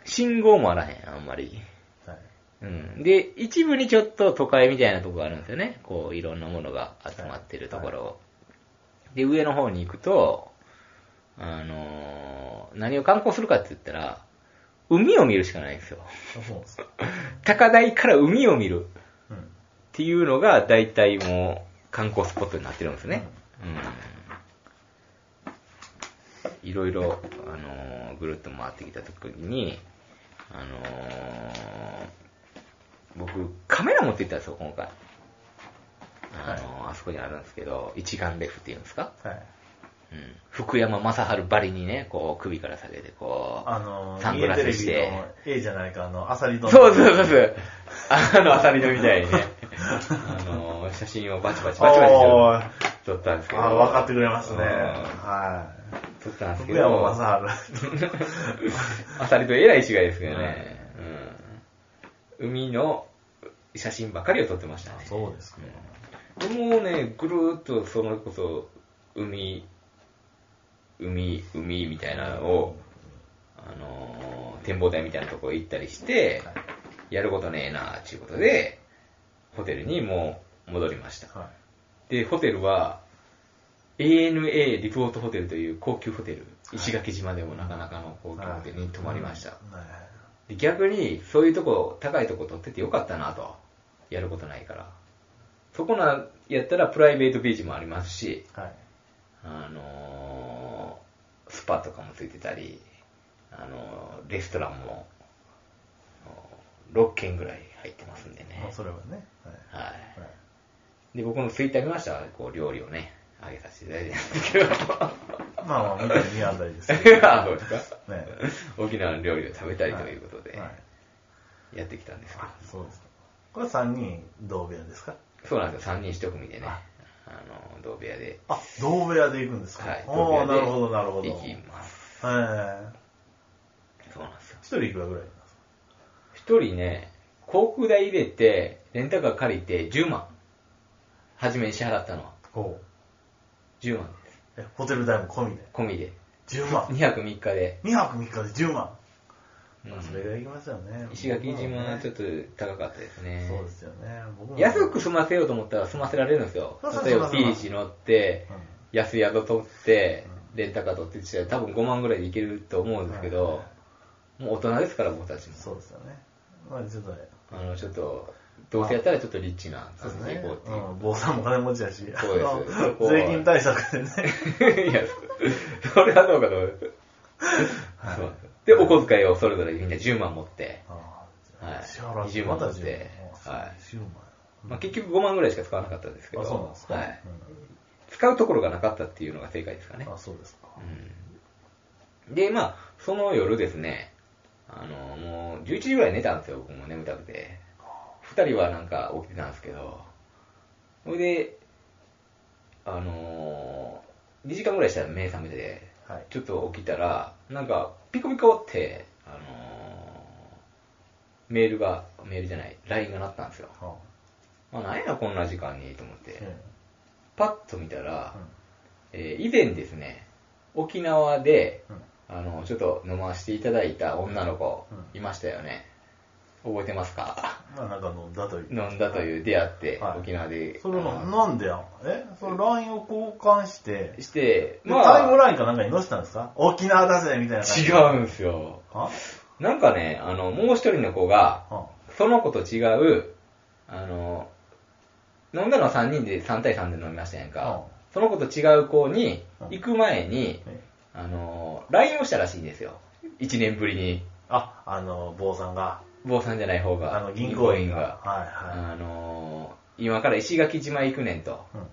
S1: 信号もあらへん、あんまり。
S3: い。はい。
S1: うん。で、一部にちょっと都会みたいなとこがあるんですよね。こう、いろんなものが集まってるところを。で、上の方に行くと、あのー何を観光するかって言ったら、海を見るしかないんですよ。
S3: あ、そうなんですか。
S1: 高台から海を見るっ
S3: うん。
S1: ていうのが、大体もう観光スポットになってるんですね。うん。いろいろ、あのーぐるっと回ってきた時に、あのー僕、カメラ持って行ったんですよ、今回。あのーあそこにあるんですけど、一眼レフっていうんですか
S3: はい。
S1: うん。福山雅治ばりにね、こう、首から下げて、こう。
S3: あの、
S1: サングラスして
S3: 家テレビの A じゃないか、あの、アサリ丼。
S1: そうそうそうそう。あの、アサリのみたいにね。 あの、写真をバチバチバチバチ
S3: おー
S1: 撮ったんですけど。
S3: あ、分かってくれますね。
S1: うん
S3: は
S1: 撮ったんで
S3: い。
S1: すけ
S3: 福
S1: ど。
S3: 山雅治。
S1: アサリとえらい違いですけどね。うん。海の写真ばかりを撮ってましたね。
S3: そうですか。
S1: でもうね、ぐるーっとそのこそ、海、海、海みたいなのを、あのー展望台みたいなとこ行ったりして、
S3: はい
S1: やることねえなあっていうことで、ホテルにもう戻りました。
S3: は
S1: で、ホテルは、ANA リポートホテルという高級ホテル、石垣島でもなかなかの高級ホテルに泊まりました。
S3: い。はい
S1: で逆に、そういうとこ、高いとこ取っててよかったなと。やることないから。そこなん、やったらプライベートビーチもありますし、
S3: はい。
S1: あのースパとかもついてたり、あのーレストランも、あのー6軒ぐらい入ってますんで
S3: まあ
S1: ね。
S3: それはね。はい
S1: は
S3: はい
S1: い。で、僕のツイッター見ましたこう、料理をね、あげさせていただいたんですけど。
S3: まあまあ、見た見当たり ですけどね。
S1: あそうですか
S3: ね
S1: 沖縄の料理を食べたりということで、
S3: はい
S1: やってきたんですけど
S3: あ。そうですか。これ3人同部屋ですか
S1: そうなんですよ、3人一組でね
S3: あ、
S1: あの同部屋で、
S3: あ、同部屋で行くんですか
S1: はい、同
S3: おー
S1: 部
S3: なるほど、なる
S1: 屋
S3: ほ
S1: で
S3: ど。
S1: 行き
S3: え
S1: ます。
S3: ー
S1: そうなんですよ。
S3: 一人いくらぐらいなんですか
S1: 1人ね、航空代入れて、レンタカー借りて10万、初めに支払ったのは
S3: ほ
S1: 10万です。
S3: えホテル代も込みで。
S1: 込みで。
S3: 10万。
S1: 2泊3日で。
S3: 2泊3日で10万。ま
S1: う
S3: あ、
S1: ん
S3: それぐらい行きますよね。
S1: 石垣島はちょっ
S3: と。
S1: と高かったですね。
S3: そうですよね。僕も
S1: 安く済ませようと思ったら済ませられるんですよ
S3: そうそう。
S1: 例えば
S3: そ
S1: ビ
S3: うそう
S1: ーチ乗って、安い宿取って、レンタカー取ってって多分5万ぐらいで行けると思うんですけ
S3: はい
S1: ど
S3: は、
S1: もう大人ですから僕たち
S3: うん
S1: も。
S3: そうですよね。まあ、ちょっと、
S1: あの、ちょっと、どうせやったらちょっとリッチな
S3: そう
S1: 感
S3: で
S1: じ
S3: す
S1: で
S3: ね
S1: 行こうって。
S3: うん、坊さんも金持ちだし、
S1: そうです
S3: あの
S1: そこは
S3: 税金対策でね。
S1: いう。いや、そそれはどうかと思う。
S3: はい
S1: そうで、お小遣いをそれぞれみんな10万持って、
S3: ああ
S1: はい
S3: 支払って
S1: 20
S3: ま
S1: 万
S3: た
S1: 持
S3: 10
S1: って
S3: 万。
S1: はい
S3: 10万。
S1: まあ、結局5万ぐらいしか使わなかったんですけど、
S3: あ、そうなんですか。
S1: はい。使うところがなかったっていうのが正解ですか
S3: う
S1: ね
S3: ん。あ、そうですか。
S1: うんで、まあ、その夜ですね、あの、もう11時ぐらい寝たんですよ、僕も眠たくて。二人はなんか起きてたんですけど、それで、あの2時間ぐらいしたら目覚めて、
S3: はい。
S1: ちょっと起きたら、なんか、ピコピコって、あのメールが、メールじゃない、LINE が鳴ったんですよ。あ、
S3: は
S1: なんやこんな時間に、と思っ
S3: あ
S1: て。
S3: え
S1: パッと見た
S3: え
S1: ら
S3: う、ん
S1: えー以前ですね、沖縄で、
S3: うん
S1: あの、ちょっと飲ませていただいた女の子
S3: うん、
S1: いましたよね。覚えてますか
S3: まあ、なんか飲んだという。
S1: 飲んだという出会って、
S3: はい
S1: 沖縄で。
S3: それ
S1: あ
S3: の、
S1: の
S3: なんでやんえその LINE を交換して、
S1: して、
S3: でタイムラインかなんかに載せたんですか沖縄だぜみたいな感じ。は
S1: 違うんですよ。なんかね、あの、もう一人の子が、
S3: は
S1: その子と違う、あの、飲んだのは3人で、3対3で飲みましたやんか。
S3: うん
S1: その子と違う子に、行く前に、
S3: ね
S1: あの、LINE をしたらしいんですよ。1年ぶりに。
S3: あ、あの、坊さんが、
S1: 坊さんじゃない方が。
S3: あの、銀行員
S1: 銀
S3: が。はいは
S1: あのー今から石垣島行くねんと。
S3: い。うん。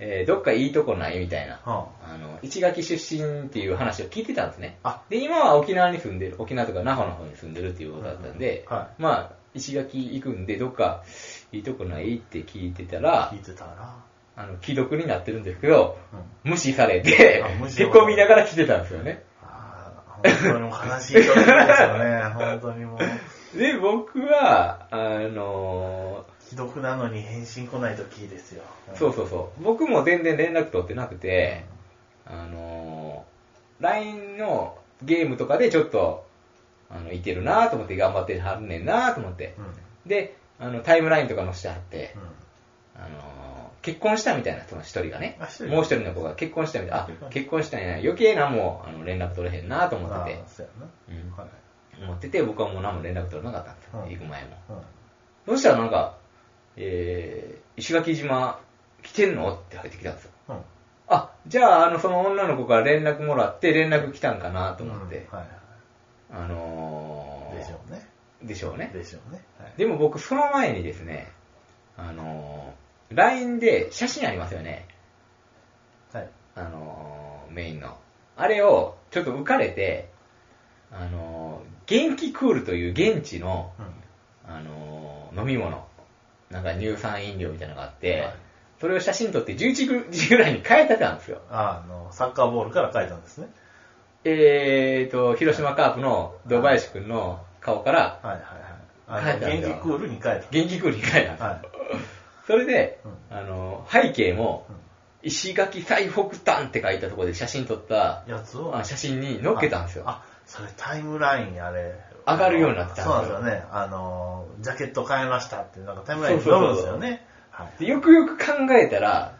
S1: えーどっかいいとこないみたいな。
S3: は
S1: あの、石垣出身っていう話を聞いてたんですね。
S3: あ
S1: で、今は沖縄に住んでる、沖縄とか那覇の方に住んでるっていうことだったんで、
S3: うんは
S1: まあ、石垣行くんで、どっかいいとこないって聞いてた
S3: あ
S1: ら
S3: 聞い、てたら、
S1: あの、既読になってるんですけど、
S3: うん。
S1: 無視されて
S3: あ、無視
S1: へこみながら来てたんですよね。
S3: ああ、本当にもう悲しい時ですよ ね。本当にもう、
S1: で、僕は、あのー
S3: 既読なのに返信来ない時ですよ。
S1: そうそうそう。僕も全然連絡取ってなくて、あのー LINE のゲームとかでちょっと、あの、いてるなと思って頑張ってはるねんなと思って
S3: う。ん。うん。
S1: で、あの、タイムラインとか載せてはって、
S3: うん
S1: あのー結婚したみたいな、その一人がね
S3: あ一人。
S1: もう一人の子が結婚したみたいな。あ、結婚したんや。余計なもう、あの、連絡取れへんなと思
S3: ああ
S1: ってて、
S3: そう
S1: う
S3: や
S1: ん
S3: な。はい。
S1: 思ってて、僕はもう何も連絡取れなかったんですよ。
S3: うん
S1: 行く前も。
S3: うん。
S1: そしたらなんか、えー、石垣島来てんのって入ってきたんですよ。
S3: うん。
S1: あ、じゃあ、あの、その女の子から連絡もらって、連絡来たんかなと思って
S3: う、んはい
S1: あの
S3: は
S1: ー、
S3: い。でしょうね。
S1: でしょうね。
S3: でしょうね。はい。
S1: でも僕、その前にですね、あのー、LINE で写真ありますよね。
S3: はい。
S1: あのー、メインの。あれを、ちょっと浮かれて、あのー、元気クールという現地の、
S3: うん。
S1: あのー飲み物、なんか乳酸飲料みたいなのがあって、
S3: はい
S1: それを写真撮って11時ぐらいに変えてたんですよ。
S3: あの、サッカーボールから書いたんですね。
S1: えーと、広島カープの堂林くんの顔から、
S3: はいはいはい。あの、
S1: 変えた
S3: 元
S1: んだ
S3: 気クールに変え
S1: 元気クールに変えたんです
S3: た。
S1: よ。
S3: はい。
S1: それで
S3: うん、
S1: あの、背景も
S3: うん、
S1: 石垣最北端って書いたところで写真撮った、
S3: やつを
S1: あ写真に載っけたんですよ。
S3: あ、それタイムラインあれ。
S1: 上がるようになってたんですよ
S3: そうなんですよね。あの、ジャケット変えましたって、なんかタイムラインに載るんですよね。はい。
S1: でよくよく考えたら、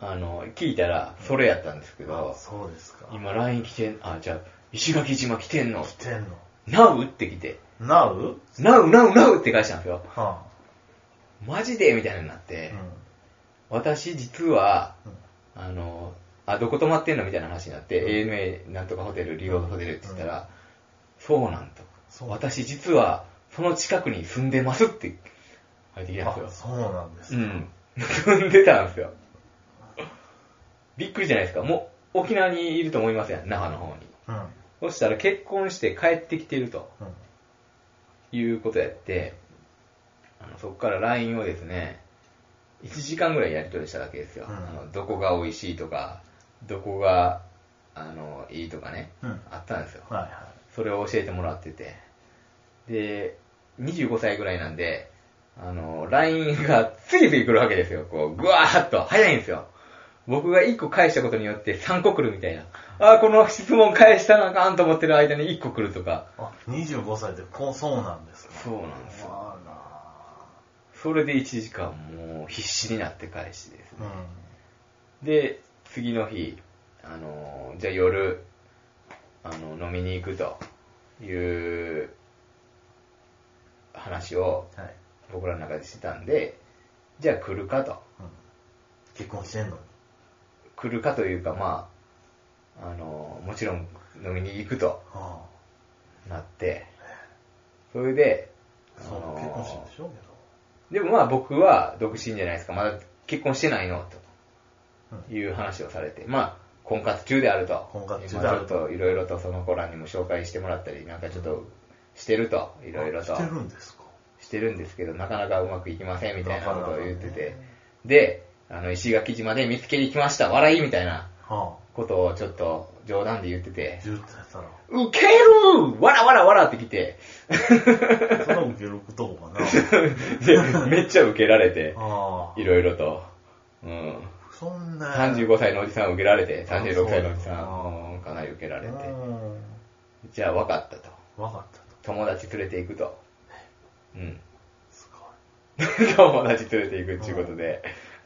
S1: あの、聞いたら、それやったんですけ
S3: あ
S1: ど、
S3: そうですか。
S1: 今 LINE 来てん、あ、じゃあ、石垣島来てんの
S3: 来、てんの。
S1: なうって来て、
S3: なう
S1: なうなうなうって返したんですよ。
S3: は
S1: マジでみたいになっ
S3: あ
S1: て、
S3: う
S1: 私実は、
S3: ん。うん
S1: あの、あ、どこ泊まってんのみたいな話になって、ANA なんとかホテル、リオホテルって言ったら、そうなん
S3: そ
S1: と。
S3: う
S1: 私実は、その近くに住んでますって入ってきたん
S3: あ、
S1: ですよ。
S3: そうなんです
S1: う
S3: か。
S1: ん。住んでたんですよ。びっくりじゃないですか。もう、沖縄にいると思いますやん、那覇の方に。
S3: うん。
S1: そしたら結婚して帰ってきてると
S3: うん。
S1: いうことやって、あのそこから LINE をですね、1時間ぐらいやり取りしたわけですよ。
S3: うん
S1: あのどこが美味しいとか、どこがあのいいとかね、
S3: うん
S1: あったんですよ。
S3: はいは
S1: それを教えてもらってて。で、25歳ぐらいなんで、あの、LINE が次々来るわけですよ。こう、ぐわーっと、早いんですよ。僕が1個返したことによって3個来るみたいな。ああ、この質問返したなあかんと思ってる間に1個来るとか。
S3: あ、25歳でこう、そうなんですか。
S1: そうなんですよ。
S3: あら
S1: それで1時間もう必死になって返しですね。
S3: う
S1: で、次の日、あのーじゃあ夜、あの、飲みに行くという話を
S3: ん。はい。
S1: 僕らの中でしてたんで、じゃあ来るかと。
S3: うん結婚してんのに。
S1: 来るかというか、まあ、あの、もちろん飲みに行くと
S3: あ
S1: なって、それで、
S3: あ。そう
S1: あ、の
S3: 結婚してんでしょう
S1: で
S3: け
S1: もまあ僕は独身じゃないですか、まだ結婚してないの、
S3: ど。
S1: という話をされて、まあ、婚活中であると。
S3: 婚活中である
S1: 今ち
S3: と
S1: ょっといろいろとその子らにも紹介してもらったり、なんかちょっとしてると、いろいろと
S3: してるんですか。
S1: してるんですけど、なかなかうまくいきませんみたいなことを言って
S3: なか
S1: て
S3: なかね、
S1: で、あの、石垣島で見つけに来ました、笑いみたいな
S3: は
S1: ことをちょっと冗談で言ってて
S3: あ。、ずっとやったら。
S1: ウケるわらわらわらってきて、
S3: その受けると こかな。
S1: でめっちゃウケられて、
S3: あ
S1: いろいろと。うん。
S3: あ。そんな。
S1: 35歳のおじさんウケられて、
S3: あ
S1: 36歳のおじさ、
S3: そうん
S1: うんかなりウケられて。
S3: うん。
S1: じゃあ分かったと。
S3: わかったと。
S1: 友達連れて行くと。うん。
S3: す
S1: 友達連れて行くっていうことで、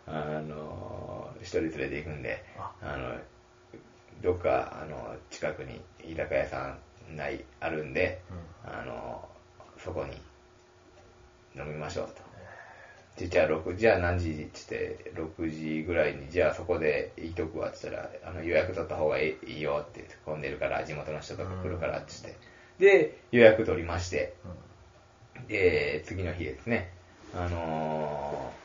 S1: あの、一人連れて行くんで、
S3: あ
S1: あの、どっか、あの、近くに居酒屋さんない、あるんで、
S3: ごい。
S1: あの、そこに飲みましょうと。でじゃあ6じゃあ何時ってって、6時ぐらいに、じゃあそこでいいとくわって言ったら、あの予約取った方がいいいいよって言って、混んでるから、地元の人とか来るからって言って、で、予約取りまして、
S3: うん。うん。
S1: で、次の日ですね、あのー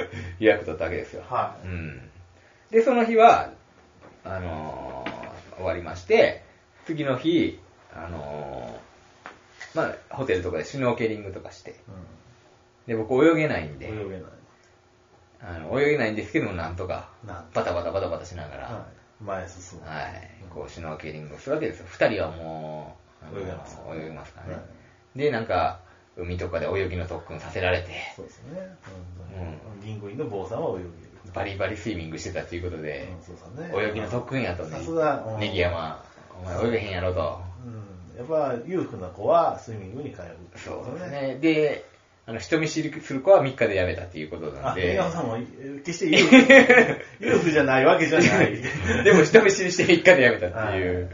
S1: 予約取ったわけですよ。
S3: は
S1: うん。で、その日は、あのー終わりまして、次の日、あのーまあ、ホテルとかでシュノーケリングとかして、で、僕泳げないん
S3: い。
S1: で、
S3: うん。泳げない。
S1: あの泳げないんですけども、なんとか、
S3: なんと。
S1: バタバタバタバタしながら、は
S3: はい。前へ進む。
S1: い、こう、シュノーケリングをするわけですよ。二人はもう、あのー
S3: 泳げます
S1: 泳げますからね。
S3: はい
S1: で、なんか、海とかで泳ぎの特訓させられて、
S3: そうですね。本当に。銀行員の坊さんは泳げる。
S1: バリバリスイミングしてたということで、
S3: うんそうだね。
S1: 泳ぎの特訓やとね
S3: さすが、うん
S1: ネギ。山、お前泳げへんやろと。
S3: うん。やっぱ、裕福な子はスイミングに通う。
S1: そうです。ね。で、あの、人見知りする子は3日でやめたっていうことな
S3: あ、
S1: ん
S3: ネギ
S1: で、
S3: 山さんも、え決して裕 福裕福じゃないわけじゃない。
S1: でも人見知りして3日でやめたっていう、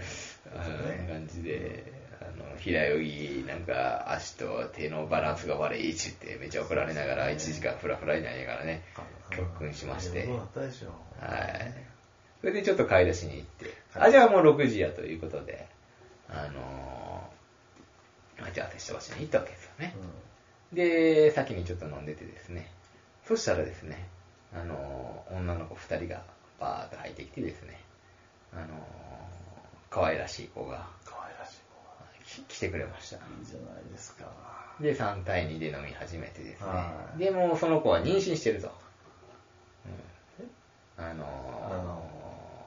S1: あ
S3: そうね
S1: の感じで、あの、平泳ぎ、なんか足と手のバランスが悪いって言って、めっちゃ怒られながら1時間フラフラになりながらね、特訓しまして
S3: そうだったでしょ。
S1: はい。それでちょっと買い出しに行って、あ、じゃあもう6時やということで、あのー待ち合わせして場所に行ったわけですよね。で、先にちょっと飲んでてですね、そしたらですね、あのー女の子2人がバーッと入ってきてですね、あのー可愛らしい子が
S3: 可愛らしい
S1: き来てくれました。
S3: 子がいいじゃないですか。
S1: で、3対2で飲み始めてですね
S3: は。い
S1: で、もうその子は妊娠してると。うん、あ
S3: あ
S1: の
S3: の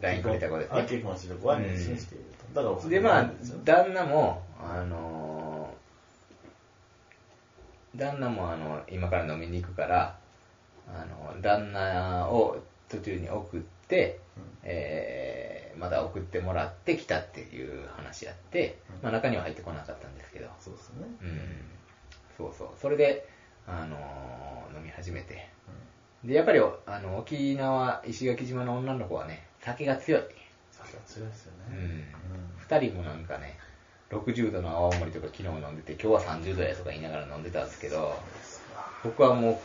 S1: ー、LINE くれた子です
S3: あ
S1: ね。
S3: 結婚してる子は妊娠していると。だから、
S1: で、まあ
S3: ですよ、ね
S1: 旦那も、あのー旦那も、あの、今から飲みに行くから、あの、旦那を途中に送って、
S3: うん
S1: えーまた送ってもらって来たっていう話やって、まあ中には入ってこなかったんですけど、
S3: そうですね。
S1: うん、そうそう。それで、あのー飲み始めて。で、やっぱり、あの、沖縄、石垣島の女の子はね、酒が強い。
S3: さすが強いですよ
S1: う
S3: ね。
S1: ん。
S3: うん
S1: 二人もなんかね、60度の泡盛とか昨日飲んでて、今日は30度やとか言いながら飲んでたんですけど、僕はもう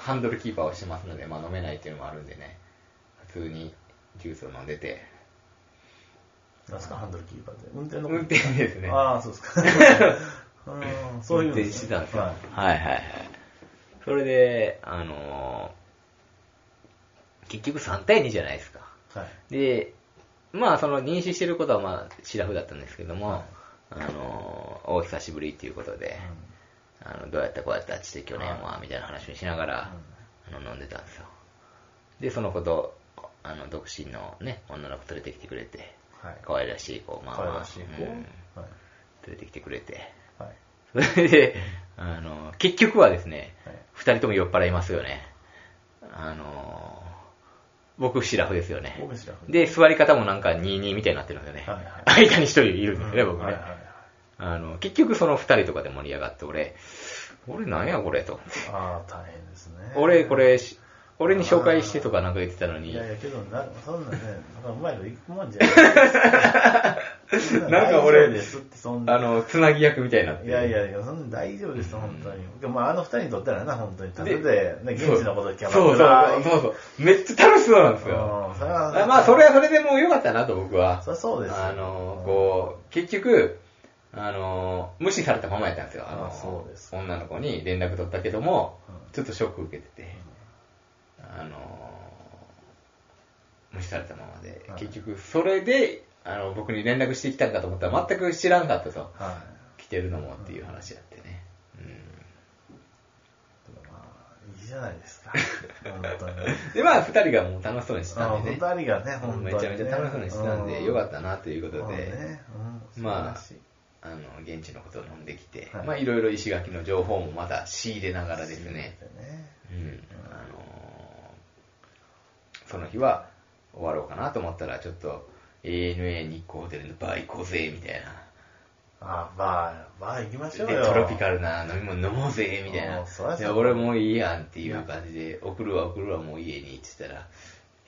S1: ハンドルキーパーをしてますので、まあ飲めないっていうのもあるんでね、普通にジュースを飲んでて、
S3: なんすか、ハンドルキーパーで。運転の
S1: 運転ですね。
S3: ああ、そうです か。うん、そういうの
S1: 運転してたんですよ。
S3: は
S1: はいいはいはい。それで、あのー結局3対2じゃないですか。
S3: はい。
S1: で、まあその妊娠してることはまあシラフだったんですけども、あのーお久しぶりっていうことで、あの、どうやったこうやったっつって去年は、みたいな話をしながら、あの、飲んでたんですよ。で、その子と、あの、独身のね、女の子連れてきてくれて、
S3: はい。
S1: 可愛らしい子、まあ
S3: 可愛
S1: ま
S3: ら
S1: あ、
S3: しい
S1: うん
S3: 子。はい
S1: 連。れてきてくれて、
S3: はい。
S1: それで、あの、結局はですね、
S3: はい
S1: 二人とも酔っ払いますよね。あのー僕、シラフですよね。
S3: 僕知らん。
S1: で、座り方もなんか22みたいになってるんですよね。
S3: はいはい
S1: 間に一人いるんですよね、僕ね。
S3: はいはいはい
S1: あの、結局その二人とかで盛り上がって、俺、俺なんやこれと。
S3: ああ、大変ですね。
S1: 俺これ、し俺に紹介してとかなんか言ってたの
S3: い
S1: に、
S3: やいや、けどな、そんなね、そんなうまいこといくも んじゃない。
S1: なんか俺
S3: 大丈夫ですって、そん
S1: あ
S3: な。
S1: の、つなぎ役みたいになって。
S3: いやいやいや、そんな大丈夫です、本当に。でもまあ、あの二人にとったらな、本当に。ただ
S1: で
S3: で、ね、現地のこと聞か
S1: そうそうそうそうそうそう。めっちゃ楽しそうなんですよ。
S3: うんそれは
S1: あまあ、それはそれでもう良かったなと僕は。
S3: そりゃそうですよ
S1: あの、こう、結局、あの、無視されたままやったんですよ。あの、
S3: あそうです
S1: 女の子に連絡取ったけども
S3: うん、
S1: ちょっとショック受けてて、あの、無視されたままで
S3: は、い
S1: 結局、それで、あの、僕に連絡してきたんかと思ったら全く知らんかったと。
S3: はい。
S1: 来てるのもっていう話やってね。うん
S3: でもまあ、いいじゃないで すか。本当に。
S1: で、まあ、二人がもう楽しそうにしてたんでね。
S3: うん二人がね、本当にね。
S1: めちゃめちゃ楽しそうにしてたんで、よかったなという
S3: た
S1: ことで、まあ
S3: ま
S1: あの現地のことを飲んできて、
S3: はい
S1: まあいろいろ石垣の情報もまた仕入れなが
S3: あ
S1: らですね、
S3: ね
S1: うんあのーその日は終わろうかなと思ったら、ちょっと ANA 日光ホテルのバー行こうぜみたいな、
S3: あ、バー、バー行きましょう
S1: で
S3: よ。
S1: トロピカルな飲み物飲もうぜみたい
S3: うんそりゃ
S1: な、
S3: そう
S1: いや俺もういいやんっていう感じで、送るわ送るわ、もう家にって言ったら、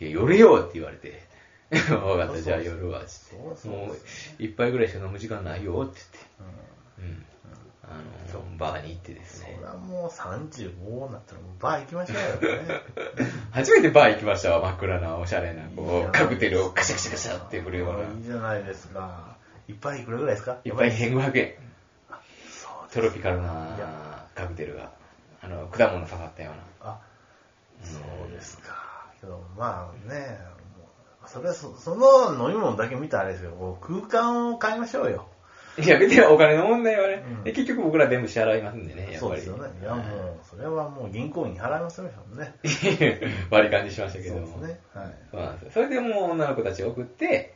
S1: いや、寄れよって言われて。 分かった、じゃあ夜は、つ
S3: そう
S1: っ
S3: そ
S1: て。
S3: う
S1: もう、一杯ぐらいしか飲む時間ないよ、って言って。
S3: うん
S1: うんあのバーに行ってです
S3: そ
S1: ね
S3: り、ゃもう35になったらもうバー行きましょうよね。
S1: 初めてバー行きましたわ、真っ暗なおしゃれない
S3: いじゃない
S1: こうカクテルをカシャカシャカシャって振るようない
S3: いじゃないですか。いっぱいいくらぐらいですか
S1: 一杯1500円、
S3: そう
S1: トロピカル
S3: い
S1: なカクテルが、あの果物刺さったような。
S3: あ、そうですか。けど、まあね、もうそれはそその飲み物だけ見たらあれですけど、もう空間を変えましょうよ。
S1: いや、別にお金の問題はね、
S3: うん
S1: で結局僕ら全部支払いますんでね、やっ
S3: そう
S1: ぱ
S3: で
S1: り。
S3: すよね。いや、も
S1: は
S3: う、それはもう銀行員に払いますよね。
S1: い 割り勘にしましたけども。
S3: そうですね。はい。
S1: そうなんですよ。それでもう女の子たちを送って、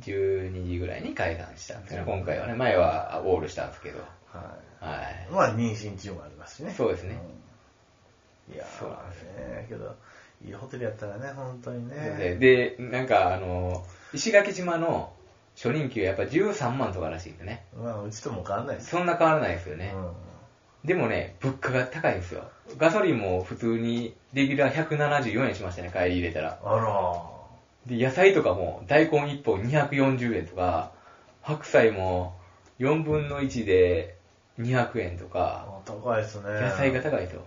S1: 12時ぐらいに解散したんですよね、今回はね。前はオールしたんですけど。
S3: は
S1: はい
S3: い。。まあ、妊娠中もありますしね。
S1: そうですね
S3: うん。いやー
S1: そうなんです
S3: ね、けど、いいホテルやったらね、本当にね。
S1: で、でなんか、あの、石垣島の初任給やっぱ13万とからしいんでね。
S3: まあ、うちとも変わんないです
S1: そんな変わらないですよ
S3: ね
S1: ね。。でもね、物価が高いんですよ。ガソリンも普通にレギュラー174円しましたね、帰り入れたら。
S3: あら
S1: で、野菜とかも大根1本240円とか、白菜も4分の1で200円とか、
S3: ー、高いですね。
S1: 野菜が高いと。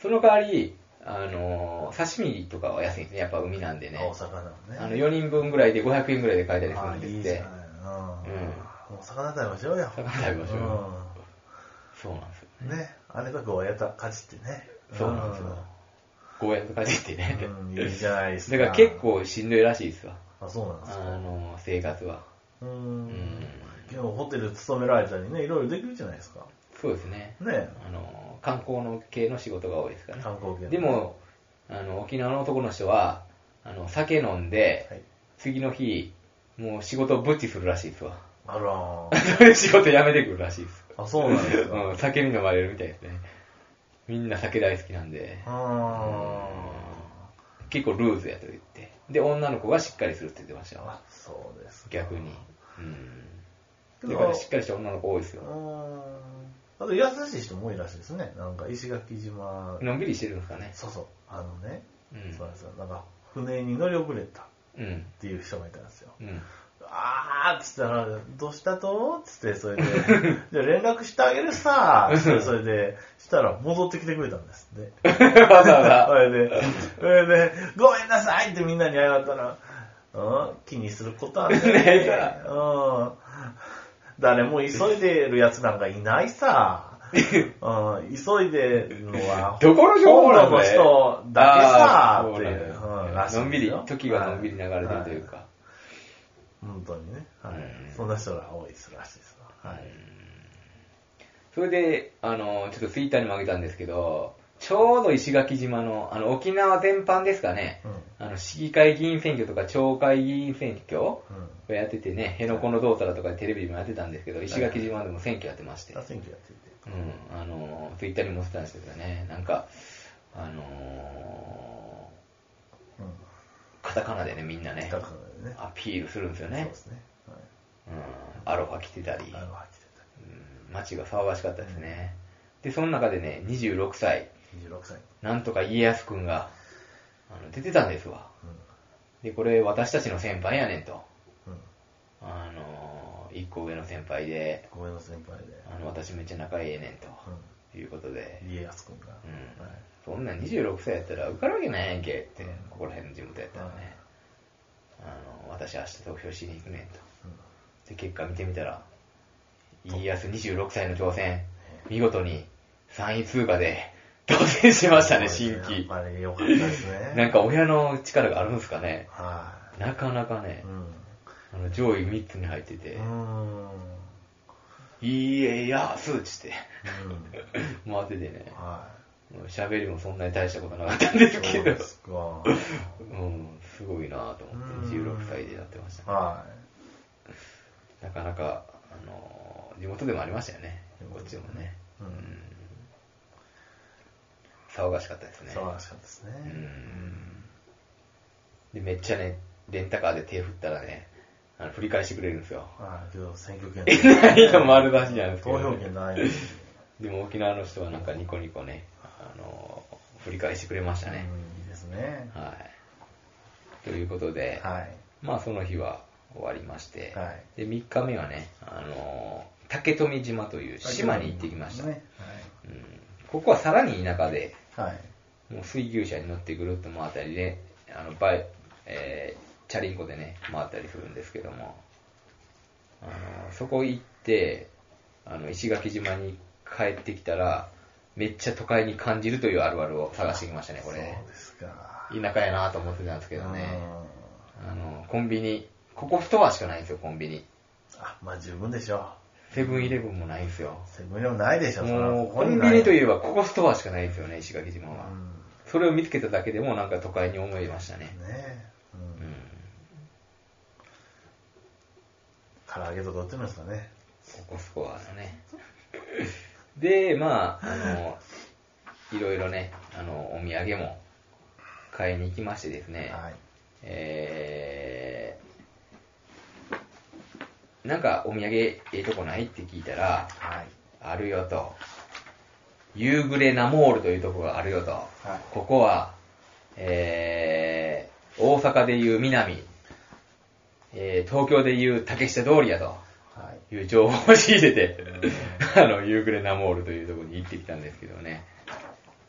S1: その代わり、あの、刺身とかは安いんですね。やっぱ海なんでね。
S3: お魚もね。
S1: あの4人分ぐらいで500円ぐらいで買えたりす
S3: あ
S1: る
S3: あ
S1: んで
S3: い
S1: す
S3: いじ
S1: っ
S3: ゃ
S1: て
S3: ない。うん
S1: うん
S3: もう魚食べましょうよ。
S1: 魚食べましょうよそうなんですよ。
S3: うんね、あれとこうやった勝ちってね。
S1: そうなんですよ。ゴーヤとか出てね。
S3: うんいいじゃないです か
S1: だから結構しんどいらしいですわ。
S3: うんあ、そうなんです
S1: あ
S3: か。
S1: の、生活は。
S3: う
S1: うんん。。
S3: 今日ホテル勤められたりね、いろいろできるじゃないですか。
S1: そうですね。
S3: ね
S1: あの、観光の系の仕事が多いですからね。
S3: 観光系の
S1: でも、あの、沖縄の男の人は、あの、酒飲んで、
S3: はい。
S1: 次の日、もう仕事をブッチするらしいですわ。
S3: あら
S1: それで仕事辞めてくるらしいです。
S3: ーあ、そうなんですか。
S1: うん、酒に飲まれるみたいですね。みんな酒大好きなんで、
S3: あ
S1: 結構ルーズやと言って。で、女の子がしっかりするって言ってました
S3: ー
S1: わ
S3: あ、そうですか。
S1: 逆に。うん。だ
S3: でも
S1: からしっかりした女の子多いですよ。
S3: うん。あと優しい人も多いらしいですね。なんか石垣島、
S1: のんびりしてるんですかね。
S3: そうそう、あのね、
S1: うん
S3: そうなんですよ。なんか船に乗り遅れたっ
S1: うん。
S3: ていう人がいたんですよ。
S1: うん。
S3: あーっつったら、どうしたとつっ て、それで、じゃあ連絡してあげるさつって、それで、したら戻ってきてくれたんですって。
S1: わざ
S3: そ
S1: わ
S3: れで、それで、ごめんなさいってみんなに謝ったら、うん、気にすることはね
S1: ねえか
S3: うん。誰も急いでるやつなんかいないさ。うん、急いでるのは、
S1: どこの情報なんだ
S3: 本土の人だけ
S1: ざ。
S3: さ
S1: あ、ー
S3: っ
S1: そう
S3: てい
S1: なんだ
S3: う。うん
S1: よ
S3: らしい
S1: のんび
S3: です
S1: り
S3: よ、
S1: 時がのんびり流れてるという
S3: は
S1: か。
S3: 本当にね、はい
S1: うん
S3: そんな人が多いですらしいですわ、はい
S1: それで、あの、ちょっとツイッターにもあげたんですけど、ちょうど石垣島の、あの、沖縄全般ですかね、あの、市議会議員選挙とか町会議員選挙を
S3: うんうん
S1: やっててね、辺野古のどうたらとかテレビでもやってたんですけど、石垣島でも選挙やってまして、
S3: あ選挙やっていて
S1: うん、あの、ツイッターにも載せたんですけどね、なんか、あの
S3: うん。
S1: カタカナでね、みんなね、
S3: 近くのね。
S1: アピールするんですよ
S3: そう
S1: ね
S3: で。すね。は
S1: うん、アロハ着てたり
S3: い。、あの、入って
S1: うん街が騒がしかったですね。で、その中でね、26歳、
S3: た。26歳。
S1: なんとか家康くんが、あの出てたんですわ。で、これ私たちの先輩やねんと。
S3: うん。うん。
S1: あのー、一個上の先輩で、
S3: ごめんの先輩で。
S1: あの、私めっちゃ仲ええねん
S3: う
S1: ということで、
S3: ん。家康君が。
S1: うん
S3: はい。
S1: そんなん26歳やったら受かるわけないやんけって
S3: うん、
S1: ここら辺の地元やったらね、あの、私明日投票しに行くねんと。
S3: うん。ね
S1: で、結果見てみたら、家康26歳の挑戦、見事に3位通過で当選しましたね、新
S3: やっ
S1: 規。
S3: ぱり良かったですね。
S1: なんか親の力があるんですかね。
S3: は
S1: なかなかね
S3: い。う、ん。
S1: あの上位3つに入ってて
S3: う、ん。
S1: 家康っつって
S3: うん。
S1: 回っててね、
S3: は
S1: 喋りもそんなに大したことなかったんです
S3: い。
S1: け
S3: そう
S1: ど
S3: で、すか。
S1: うん、すごいなぁと思って、
S3: うん
S1: 16歳でやってました。
S3: は
S1: なかなか、あのー地元でもありましたよね、こっちでもね。
S3: うん
S1: 騒がしかったです
S3: い。
S1: ね。
S3: 騒がしかったですね。
S1: うんで、めっちゃね、レンタカーで手振ったらね、あの振り返してくれるんですよ。
S3: はい。けど、選挙権。
S1: 何が丸出しなんですけ
S3: 投
S1: ど
S3: 票
S1: ね、
S3: 権ないのに。
S1: でも沖縄の人はなんかニコニコね、あのー振り返してくれましたね。
S3: うんいいですね。
S1: はい。ということで、
S3: はい。
S1: まあその日は終わりまして、
S3: はい
S1: で3日目はね、あのー竹富島という島に行ってきました、
S3: ね
S1: うんここはさらに田舎で、
S3: はい。はい。
S1: もう水牛車に乗ってぐるっと回ったりね、あのバイえーチャリンコでね、回ったりするんですけども、あのーそこ行って、あの石垣島に帰ってきたら、めっちゃ都会に感じるというあるあるを探してきましたね、これ。
S3: そうですか。
S1: 田舎やなと思ってたんですけどね。あの、コンビニ、ここストアしかないんですよ、コンビニ。
S3: うん。あ、まあ十分でしょ
S1: セブンイレブンもないんですよ
S3: う。。セブンイレブンないでしょ、そら
S1: もう、
S3: こ
S1: コ
S3: こに
S1: ン
S3: な
S1: ビニとい
S3: い
S1: えばここストアしかないんですよね、石垣島
S3: う
S1: は。
S3: ん。
S1: それを見つけただけでもなんか都会に思いましたね。
S3: ねえ。う。
S1: うんん。
S3: 唐揚げとか売ってるんですかね。
S1: ここスコアのね。で、まあ、あの、いろいろね、あの、お土産も買いに行きましてですね。
S3: はい。
S1: えー、なんかお土産ええとこないって聞いたら、
S3: はい。
S1: あるよと。夕暮れナモールというとこがあるよと。
S3: はい
S1: ここは、えー、大阪でいう南、えー、東京でいう竹下通りやと
S3: はい。
S1: いう情報を仕入れて、 あの、夕暮れナモールというところに行ってきたんですけどね。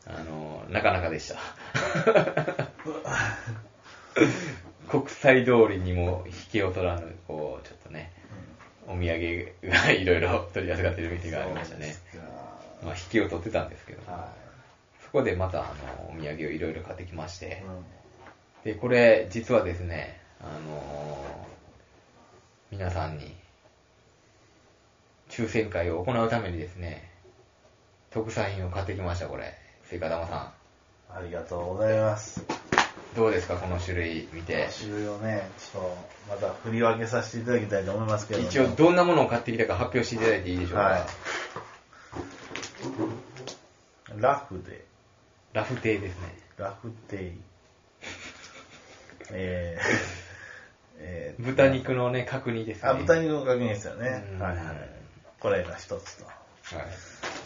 S1: あの、なかなかでした。 国際通りにも引けを取らぬ、こう、ちょっとね、お土産がいろいろ取り扱ってる店がありましたね。
S3: そうです
S1: まあ、引きを取ってたんですけど、
S3: かは
S1: そこでまたあのお土産をいろいろ買ってきまし
S3: い。
S1: て
S3: う、ん。
S1: で、これ実はですね、あのー皆さんに、抽選会を行うためにですね、特産品を買ってきました、これ。スイカ玉さ
S3: ありがとうございます。
S1: ん。どうですか、この種類見て。
S3: 終了ね、ちょっと、また振り分けさせていただきたいと思いますけども。
S1: 一応、どんなものを買ってきたか発表していただいていいでしょうか。
S3: はい。ラフで、
S1: ラフテーですね。
S3: ラフテイ。えー、え ー
S1: 豚肉のね、角煮ですね。
S3: あ、豚肉の確認ですよね。
S1: うん
S3: はいはい。これが一つと。
S1: はい。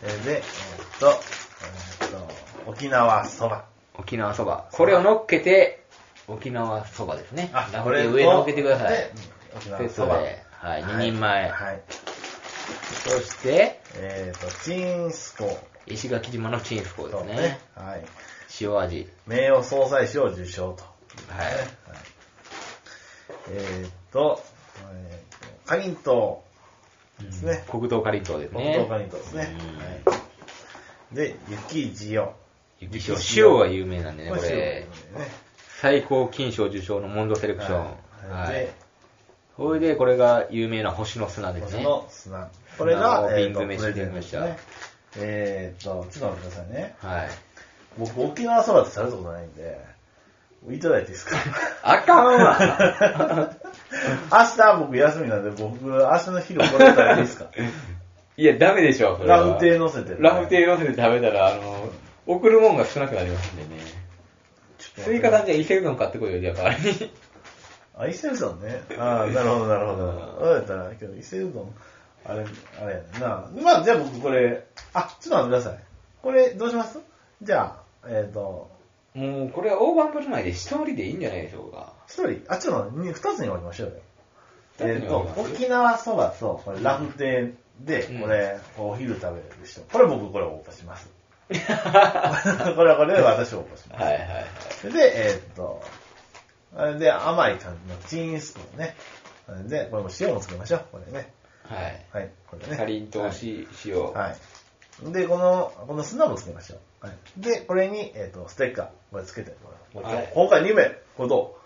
S3: えーで、えーっと、えーっと、沖縄そば。
S1: 沖縄そば。これを乗っけて、沖縄そばですね。ラフで上乗っけてください
S3: で。うん沖
S1: セ
S3: 縄
S1: ッ
S3: そ
S1: ト
S3: ば。
S1: で、はい、2人前。
S3: はい。
S1: そして、
S3: えーっと、チンスコ。
S1: 石垣島のチンスコですね。。
S3: はい。
S1: 塩味。
S3: 名誉総裁賞受賞と。
S1: はい。
S3: えーっと、えーっと、かりんとですね
S1: うん黒糖かりんとうです
S3: う、
S1: ね。
S3: 黒糖かりんとうですね。はい、で、雪地を。
S1: 雪塩。塩が有名なんでね、こ
S3: 塩
S1: れ
S3: ね。。
S1: 最高金賞受賞のモンドセレクション。
S3: は
S1: はいい
S3: で。
S1: それで、これが有名な星の砂です
S3: 星
S1: ね。
S3: の砂。これが
S1: 砂、を
S3: えー
S1: 瓶
S3: っと、
S1: 詰め
S3: プ
S1: してみ
S3: レゼント
S1: ま
S3: で
S1: し
S3: す
S1: た
S3: ね。えーっと、ちょっと待ってくださいね。
S1: はい。
S3: 僕、沖縄そばって食べたことないんで、いただいてい いですか
S1: あかんわ
S3: 明日僕休みなんで、僕、明日の昼これ食べていいですか
S1: いや、ダメでしょ、それは
S3: ラフテー乗せて、
S1: ラフテー乗せて食べたら、あの、送るもんが少なくなりますんでね。
S3: ち
S1: スイカさんじゃ伊勢うどん買ってこいよ、じゃあ代わりに。
S3: あ、伊勢うどんね。ああ、なるほど、なるほど。そうやったら、けど伊勢うどん、あれ、あれやねんな。まあ、じゃあ僕これ、あ、ちょっと待ってください。これ、どうしますじゃあ、えっ、と、
S1: もう、これは大盤振る舞いで一人でいいんじゃないでしょうか。
S3: 一人、あ、ちょっと待って、に二つに分けましょうよ。
S1: 二つ
S3: え
S1: に分
S3: っ、
S1: けます
S3: と、沖縄そばと、これ、ラフテーで、
S1: うん
S3: これ、お昼食べる人。これ僕、これ応募します。 これはこれで私応募します。
S1: はいはいはい。
S3: それで、えーっと、あれで甘い感じのチンスプーンね。あれで、これも塩もつけましょう。これね。
S1: はい。
S3: はい、これね。
S1: かりんとうし、塩。
S3: はい。で、この、この砂もつけましょう。はい。で、これに、えーっと、ステッカー、これつけて、これ。これ
S1: はい
S3: 今回2名、これど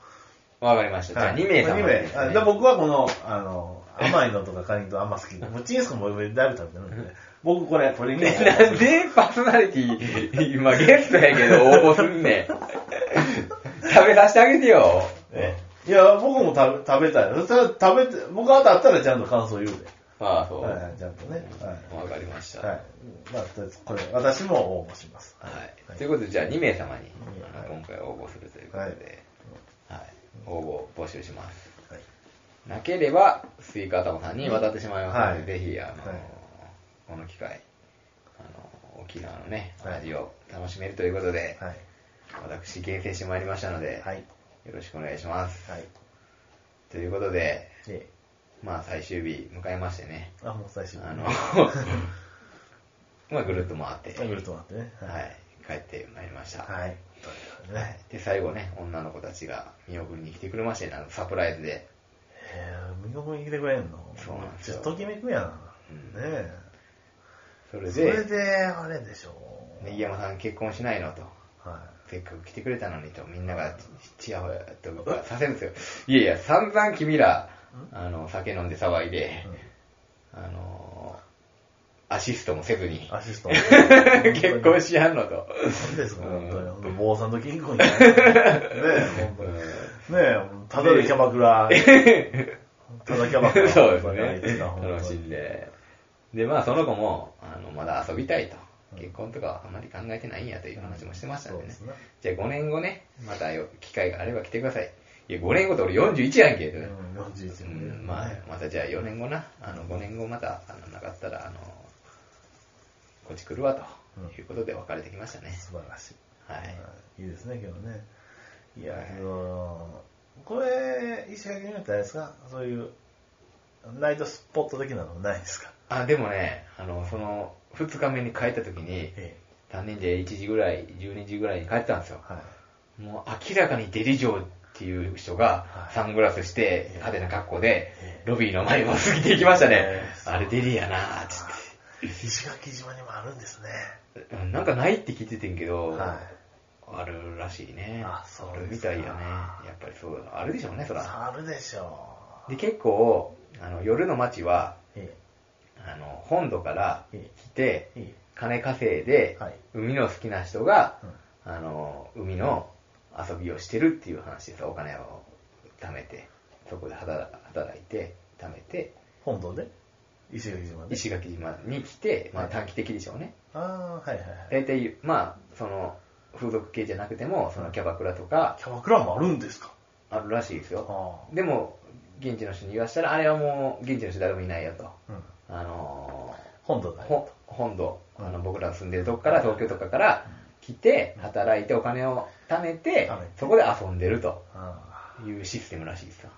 S1: わかりまし
S3: う
S1: た。じゃあ
S3: はい
S1: 2名様
S3: 二
S1: ですね
S3: 名。で、僕はこの、あの、甘いのとかカニとあんま好きで、もうチンスプーンもだいぶ食べてるんで、僕これ、これ2名。
S1: なんでパーソナリティ、今ゲストやけど応募すんねん。食べさせてあげてよ。
S3: ええいや、僕も食べ食べたい。そしたら食べて、僕はだったらちゃんと感想言うで。
S1: ああ、そう。
S3: はいはい、ちゃんとね。はい。
S1: わかりました。
S3: はい。まあ、とりあえずこれ、私も応募します。
S1: はい。
S3: はい
S1: ということで、じゃあ2名様に
S3: はい
S1: 今回応募するということで、はい。応募募集します。
S3: はい。
S1: なければ、スイカ頭さんに渡ってしまいますので、
S3: はい
S1: ぜひ、あの、
S3: はい
S1: この機会、あの、沖縄のね、
S3: はい
S1: 味を楽しめるということで、
S3: はい。
S1: 私厳選してまいりましたので、
S3: はい。
S1: よろしくお願いします。
S3: はい。
S1: ということで、
S3: で、
S1: まあ最終日迎えましてね、
S3: あ、もう最終。
S1: あ の、まあぐるっと回って、
S3: ぐるっと待ってね。
S1: はい、帰ってまいりました。
S3: はい。ということでね。
S1: で、最後ね、女の子たちが見送りに来てくれましてね、あのサプライズで。
S3: えー、見事に来てくれんの
S1: そうなんです
S3: ち
S1: よ
S3: ょっとときめくやな。
S1: うん
S3: ねえ。
S1: それ
S3: そ
S1: で、
S3: れで、あれでしょう。
S1: ネギ山さん結婚しないのと。
S3: は
S1: せっかく来てくれたのにと、みんながちやほやと僕はさせるんですよ。いやいや、散々君ら、あの、酒飲んで騒いで
S3: い。う、ん
S1: あの、アシストもせずに、
S3: アシス ト
S1: 結婚しやんのと。
S3: なんですか、
S1: うん
S3: 本当に。本当坊さんと銀行 に。ねえ、本当に。ねえ、ただでキャバクラ。ただキャバク ラ。
S1: そうです
S3: あいつ
S1: ね
S3: ら。本当に
S1: 楽しんで。で、まあその子も、あの、まだ遊びたいと。結婚とかはあまり考えてないんやという話もしてましたんでね。
S3: そうですね
S1: じゃあ5年後ね、またよ機会があれば来てください。いや、5年後って俺41やんけ。
S3: うん、41
S1: うん、まあ、またじゃあ4年後な。あの、5年後また、あの、なかったら、あの、こっち来るわ
S3: うん
S1: ということで別れてきましたね。
S3: 素晴らしい。
S1: はい。
S3: いいですね、今日ね。いや、けど、これ、石垣にあったらあれですかそういう、ナイトスポット的なのないですか
S1: あ、でもね、あの、その、2日目に帰った時に、
S3: え
S1: 3人で1時ぐらい、12時ぐらいに帰ったんですよ。
S3: はい。
S1: もう明らかにデリジョーっていう人が
S3: はい
S1: サングラスして派手な格好で
S3: ええ
S1: ロビーの前を過ぎていきましたね
S3: え。え
S1: あれデリやなーっつ
S3: 石垣島にもあるんですね。
S1: って。うんなんかないって聞いててんけど、
S3: は
S1: あるらしいね。
S3: あそう
S1: ある
S3: で
S1: み
S3: すか
S1: たいやね。やっぱりそうだ。あるでしょうね、そ
S3: い。
S1: ら。
S3: あるでしょう。
S1: で、結構、あの、夜の街は、
S3: え
S1: あの、本土から
S3: え
S1: 来て、
S3: ええ
S1: 金稼いで、
S3: はい
S1: 海の好きな人が
S3: え、うん
S1: あの、海の遊びをしてるっていう話です。お金を貯めて、そこで働働いて、貯めて、
S3: 本土で石垣島で
S1: 石垣島に来て、まあ
S3: はい
S1: 短期的でしょうね。
S3: ああ、はいはいはい。
S1: 大体、まあ、その、風俗系じゃなくても、そのキャバクラとか
S3: キャバクラもあるんですか
S1: あるらしいですよ。
S3: あ
S1: でも、現地の人に言わしたら、あれはもう、現地の人誰もいないよと。
S3: あ。うん。
S1: あの
S3: 本土
S1: ー
S3: だよ。
S1: ほ本土、
S3: うん
S1: あの僕らの住んでるとこから、東京とかから来て、働いてお金を貯めて
S3: 貯めて、
S1: そこで遊んでると。
S3: あ
S1: いうシステムらしいですよ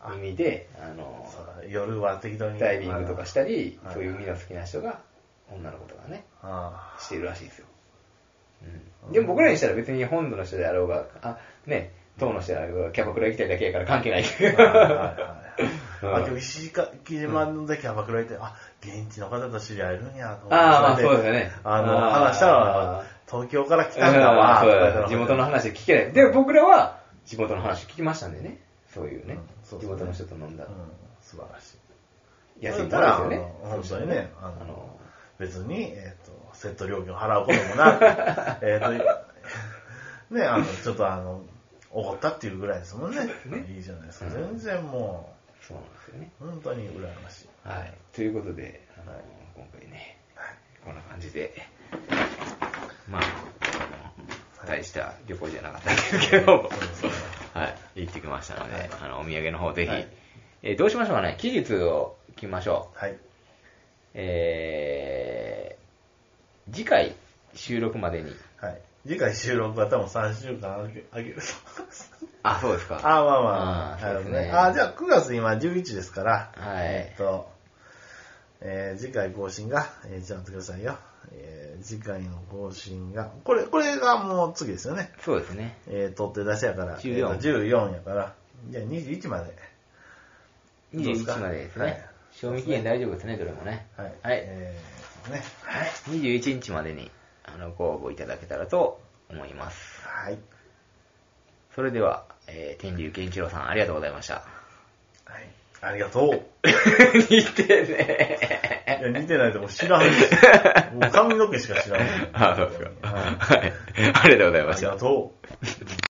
S3: あ
S1: 海で、あの
S3: あ。、そうだ夜は適当に。
S1: ダイビングとかしたり、
S3: はい
S1: そういう海の好きな人が、女の子とかね、
S3: あ
S1: してるらしいですよ。う。
S3: うんん
S1: でも僕らにしたら別に本土の人であろうが、あ、ね、党の人であろうが、キャバクラ行きたいだけやから関係ない。
S3: あ。はいはいはい。
S1: うん
S3: まあ、今日石垣島でキャバクラ行って、あ、現地の方と知り合えるんやと思って。
S1: ああ、まあ
S3: れ
S1: そうですよね。
S3: あの、
S1: あー
S3: 話したら、東京から来たんだわ。
S1: うんそう
S3: と
S1: だ地
S3: か言った
S1: 元
S3: ら
S1: の話聞けない。で、僕らは地元の話聞きましたんでね。そういうね
S3: うん。そう
S1: 地
S3: そう
S1: 元の人と飲んだ
S3: うん。、素晴らしい。
S1: 安いもんです
S3: だから
S1: よね。
S3: あの本当にね、
S1: あ
S3: あの、
S1: の、
S3: 別に、えっ、と、セット料金を払うこともな く、えっと、ね、あの、ちょっとあの、おごったっていうぐらいですもんね。いいじゃないですか。
S1: うん
S3: 全然も
S1: そうなんですよね。
S3: う、本当に羨ましい。
S1: はい。ということで、あの
S3: はい
S1: 今回ね、
S3: はい
S1: こんな感じで、まあ、あ大した旅行じゃなかったですけど、
S3: そうですね
S1: はい、行ってきましたので、
S3: はい
S1: あの、お土産の方ぜひ、
S3: はい
S1: えーどうしましょうかね、期日を聞きましょう。
S3: はい。
S1: えー、次回収録までに、
S3: はい。次回収録は多分3週間あげあげると。
S1: あ、そうですか。
S3: ああ、まあまあ。
S1: あー
S3: なる
S1: そう
S3: ほ
S1: です
S3: ど
S1: ね
S3: ね。ああ、じゃあ9月今11ですから。
S1: はい
S3: えっと、えー次回更新が、えーちょっと待ってくださいよ。えー次回の更新が、これ、これがもう次ですよね。
S1: そうですね。
S3: えー取って出しやから、
S1: 14
S3: えーと14やから。じゃあ21まで。どうですか
S1: 21までです
S3: は
S1: ね
S3: い。
S1: 賞味期限大丈夫ですね、どれもね。
S3: はい。
S1: はい。
S3: えーね。
S1: 21日までに、あの、ご応募いただけたらと思います。
S3: はい。
S1: それでは、えー、天竜健一郎さん、ありがとうございました。
S3: はい。ありがとう。
S1: 似てね
S3: いや、似てないともう知らんし。もう髪の毛しか知らん。
S1: あ、そうですか。
S3: はい
S1: はい。ありがとうござい
S3: あ
S1: まし
S3: り
S1: た
S3: が。とう。